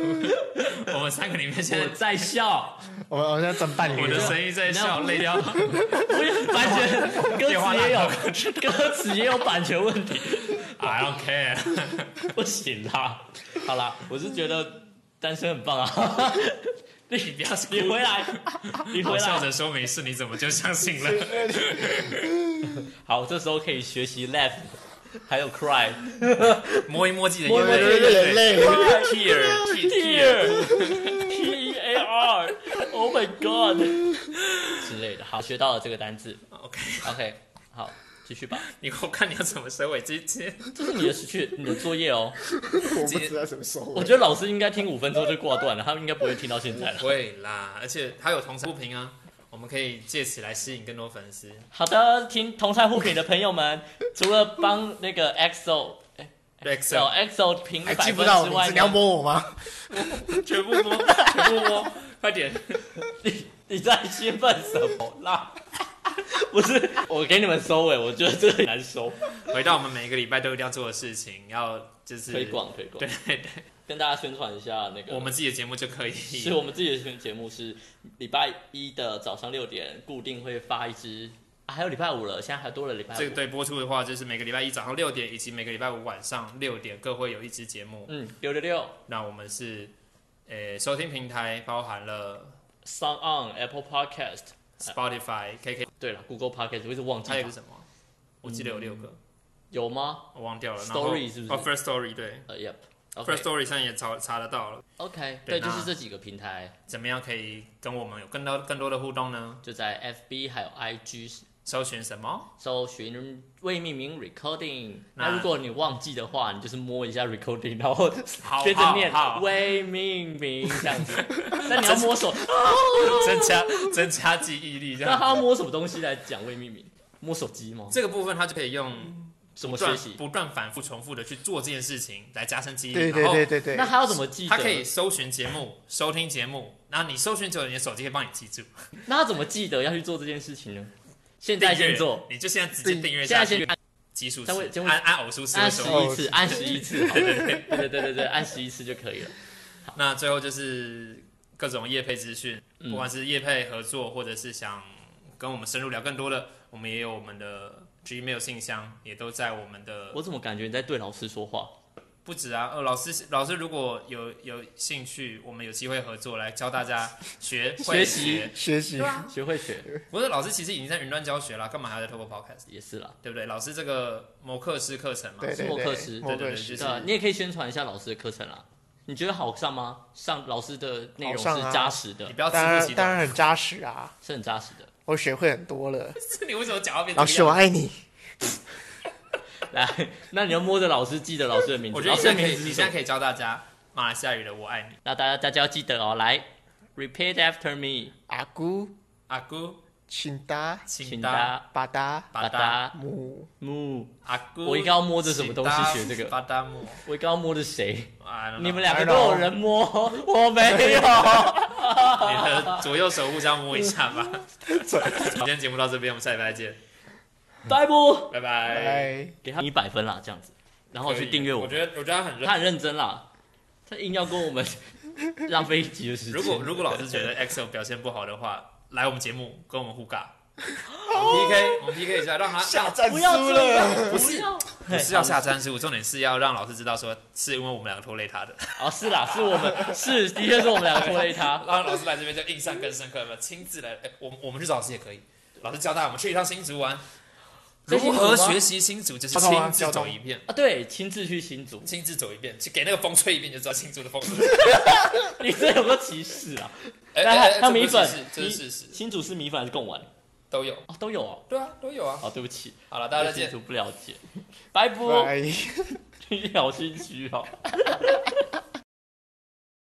Speaker 3: 我们三个里面现
Speaker 1: 我在
Speaker 3: 在，
Speaker 1: 笑，
Speaker 2: 我们我现在整半
Speaker 3: 我
Speaker 2: 年
Speaker 3: 的
Speaker 2: 了，
Speaker 3: 声音在笑，
Speaker 1: 你要
Speaker 3: 泪掉。
Speaker 1: 不是番茄歌
Speaker 3: 电话
Speaker 1: 词
Speaker 3: 烂
Speaker 1: 也有 歌词也有版权问题，
Speaker 3: I don't care。
Speaker 1: 不行啦。好啦，我是觉得单身很棒啊。
Speaker 3: 你不要哭
Speaker 1: 你回。来， 你回
Speaker 3: 我笑
Speaker 1: 来。
Speaker 3: 着说没事，你怎么就相信了？
Speaker 1: 好，这时候可以学习 laugh，还有 cry。
Speaker 3: 摸一摸自己的
Speaker 1: 摸
Speaker 3: 眼
Speaker 1: 一摸
Speaker 3: 泪
Speaker 1: 自己的
Speaker 2: 眼泪
Speaker 3: Tear, tear, tear。
Speaker 1: T A R。Oh my god 之类的。好，学到了这个单字。
Speaker 3: OK，
Speaker 1: OK，好，继续吧。
Speaker 3: 你我看你要怎么收尾，直接
Speaker 1: 这是你的去你的作业哦。
Speaker 2: 我不知道什么时候
Speaker 1: 我。觉得老师应该听五分钟就挂断了，他们应该不会听到现在了。
Speaker 3: 会啦，而且他有同场不平啊，我们可以借此来吸引更多粉丝。
Speaker 1: 好的，听同菜互品的朋友们，除了帮那个 XO 小
Speaker 3: Excel
Speaker 1: XO 评一
Speaker 2: 还
Speaker 1: 百
Speaker 2: 记
Speaker 1: 分
Speaker 2: 不到我
Speaker 1: 之
Speaker 2: 名
Speaker 1: 外
Speaker 2: 字，你要
Speaker 1: 呢，
Speaker 2: 摸我吗？
Speaker 3: 全部摸，全部摸，快点，
Speaker 1: 哦你你在兴奋什么啦？ 不是，我给你们收尾，我觉得这个很难收。
Speaker 3: 回到我们每个礼拜都一定要做的事情，要就是
Speaker 1: 推，广推广
Speaker 3: 对，对对，
Speaker 1: 跟大家宣传一下那个
Speaker 3: 我们自己的节目就可以。
Speaker 1: 是我们自己的节目是礼拜一的早上六点固定会发一支、啊，还有礼拜五了，现在还多了礼拜五。
Speaker 3: 这个对播出的话，就是每个礼拜一早上六点，以及每个礼拜五晚上六点各会有一支节目。
Speaker 1: 嗯，六六六
Speaker 3: 那我们是，呃，收听平台包含
Speaker 1: 啊
Speaker 3: 了
Speaker 1: ，Sound on Apple Podcast。
Speaker 3: Spotify、KK，
Speaker 1: 对了，Google Podcast 我一直忘记
Speaker 3: 还有一
Speaker 1: 它
Speaker 3: 个什么？我记得有六个，
Speaker 1: 有吗？
Speaker 3: 我忘掉了。然后
Speaker 1: Story 是不是
Speaker 3: 哦，First Story 对
Speaker 1: 呃，Yep。
Speaker 3: ，First
Speaker 1: OK
Speaker 3: Story 上也查查得到了。
Speaker 1: OK，
Speaker 3: 对
Speaker 1: 对，就
Speaker 3: 那
Speaker 1: 是这几个平台，
Speaker 3: 怎么样可以跟我们有更多更多的互动呢？
Speaker 1: 就在 FB 还有 IG
Speaker 3: 搜寻什么？
Speaker 1: 搜寻未命名 recording。
Speaker 3: 那
Speaker 1: 那如果你忘记的话，你就是摸一下 recording，然后
Speaker 3: 好
Speaker 1: 接着念
Speaker 3: 好好
Speaker 1: 未命名这样子。那你要摸手，
Speaker 3: 增加增加记忆力这
Speaker 1: 那
Speaker 3: 样。
Speaker 1: 他要摸什么东西来讲未命名？摸手机吗？
Speaker 3: 这个部分它就可以用
Speaker 1: 怎么
Speaker 3: 不
Speaker 1: 学
Speaker 3: 断
Speaker 1: 习？
Speaker 3: 不断反复重复的去做这件事情来加深记忆力。
Speaker 2: 对对
Speaker 3: 然后
Speaker 2: 对对对，
Speaker 1: 那还要怎么记得？
Speaker 3: 它可以搜寻节目、收听节目，然后你搜寻久了，你的手机可以帮你记住。
Speaker 1: 那他怎么记得要去做这件事情呢？现在先做，
Speaker 3: 你就现在直接订阅
Speaker 1: 现在
Speaker 3: 下去
Speaker 1: 先，按
Speaker 3: 基数
Speaker 1: 先会
Speaker 3: 是
Speaker 1: 先会
Speaker 3: 按按偶数是会
Speaker 1: 按
Speaker 3: 收
Speaker 1: 十
Speaker 3: 集
Speaker 1: 一次，按十一次，好，对对对对对对，按十一次就可以了。
Speaker 3: 那最后就是各种业配资讯，
Speaker 1: 嗯
Speaker 3: 不管是业配合作，或者是想跟我们深入聊更多的，我们也有我们的 Gmail 信箱，也都在我们的
Speaker 1: 我怎么感觉你在对老师说话？
Speaker 3: 不止啊。呃，老师老师如果有有兴趣，我们有机会合作来教大家 学
Speaker 1: 学
Speaker 3: 会
Speaker 1: 习
Speaker 3: 学
Speaker 2: 学习
Speaker 3: 对啊，
Speaker 1: 学会学
Speaker 3: 不是老师其实已经在云端教学了，干嘛还要再透过 Podcast？
Speaker 1: 也是啦，
Speaker 3: 对不对？老师这个某课师课程嘛，
Speaker 2: 对对
Speaker 1: 默克
Speaker 2: 对，
Speaker 1: 斯
Speaker 2: 默
Speaker 3: 对对
Speaker 2: 克
Speaker 3: 对
Speaker 2: 斯
Speaker 1: 对
Speaker 3: 就是
Speaker 1: 啊，你也可以宣传一下老师的课程啦。你觉得好上吗？上老师的内容是扎实的，
Speaker 3: 你不要吃
Speaker 2: 当
Speaker 3: 不
Speaker 2: 然
Speaker 3: 起
Speaker 2: 当然
Speaker 3: 短。
Speaker 2: 很扎实啊，
Speaker 1: 是很扎实的。
Speaker 2: 我学会很多了。
Speaker 3: 你为什么讲话变 这
Speaker 2: 老
Speaker 3: 个
Speaker 2: 师，我
Speaker 3: 样子？
Speaker 2: 爱你。
Speaker 1: 来，那你要摸着老师，记得老师的名字。
Speaker 3: 我觉得
Speaker 1: 老
Speaker 3: 你
Speaker 1: 师的
Speaker 3: 现在可
Speaker 1: 名
Speaker 3: 以，
Speaker 1: 字
Speaker 3: 你
Speaker 1: 是什
Speaker 3: 现在
Speaker 1: 么？
Speaker 3: 可以教大家马来西亚语的“我爱你
Speaker 1: 那大家大家要记得哦，来，repeat after me，
Speaker 2: 阿姑、”。
Speaker 3: 阿姑，
Speaker 2: 请达、
Speaker 1: 请
Speaker 3: 请
Speaker 1: 大
Speaker 3: 答。
Speaker 1: 家
Speaker 2: 巴达、
Speaker 1: 把
Speaker 3: 巴
Speaker 1: 达
Speaker 2: 姆，
Speaker 1: 木。
Speaker 3: 阿姑，
Speaker 1: 我应该要摸着什么东西学这个
Speaker 3: 巴达姆，
Speaker 1: 我刚刚摸的谁？
Speaker 3: 啊，
Speaker 1: 你们
Speaker 3: 俩，
Speaker 1: 两个都有人摸，我没 有。
Speaker 3: 你的左右手互相摸一下 吧。今天节目到这边，我们下礼拜见，
Speaker 1: 呆不？
Speaker 3: 拜
Speaker 2: 哎
Speaker 3: 拜。
Speaker 2: 拜。
Speaker 1: 给他一百分啦，这样子，然后去订阅
Speaker 3: 我
Speaker 1: 我
Speaker 3: 觉得我觉得他很
Speaker 1: 他
Speaker 3: 认。
Speaker 1: 很认真啦，他硬要跟我们 浪费一集的时间。
Speaker 3: 如果如果老师觉得 EXO 表现不好的话，来我们节目跟我们互 尬。我们 PK，我们 PK 一下，让他
Speaker 2: 下战
Speaker 1: 不
Speaker 2: 输
Speaker 1: 要这
Speaker 2: 了。
Speaker 1: 样，不要，
Speaker 3: 不是要下战术，重点是要让老师知道说是因为我们两个拖累他的，
Speaker 1: 哦，是啦，是我们是的确是我们两个拖累他。
Speaker 3: 让老师来这边就印象更深刻了，亲自来。哎，我们我们去找老师也可以，老师教大家我们去一趟新竹玩，
Speaker 1: 在
Speaker 3: 如
Speaker 1: 新竹吗
Speaker 3: 何学习新竹就是
Speaker 2: 交通啊
Speaker 3: 亲自
Speaker 2: 交通
Speaker 3: 走一遍。
Speaker 1: 啊，对，亲自去新竹，
Speaker 3: 亲自走一遍，去给那个风吹一遍，就知道庆祝的风是。
Speaker 1: 你这有个歧视啊？
Speaker 3: 哎
Speaker 1: 但
Speaker 3: 哎哎
Speaker 1: 还还
Speaker 3: 这
Speaker 1: 有
Speaker 3: 不
Speaker 1: 米
Speaker 3: 是
Speaker 1: 粉
Speaker 3: 事实，这
Speaker 1: 米
Speaker 3: 是事实，
Speaker 1: 新竹是米粉还是贡丸？
Speaker 3: 都有。
Speaker 1: 哦，都有哦。
Speaker 3: 对啊，都有啊。
Speaker 1: 哦，对不起，
Speaker 3: 好了，大家再
Speaker 1: 对
Speaker 3: 见
Speaker 2: 哎
Speaker 1: 新。竹不了解，拜不，
Speaker 2: 拜。
Speaker 1: 你好心虚哦。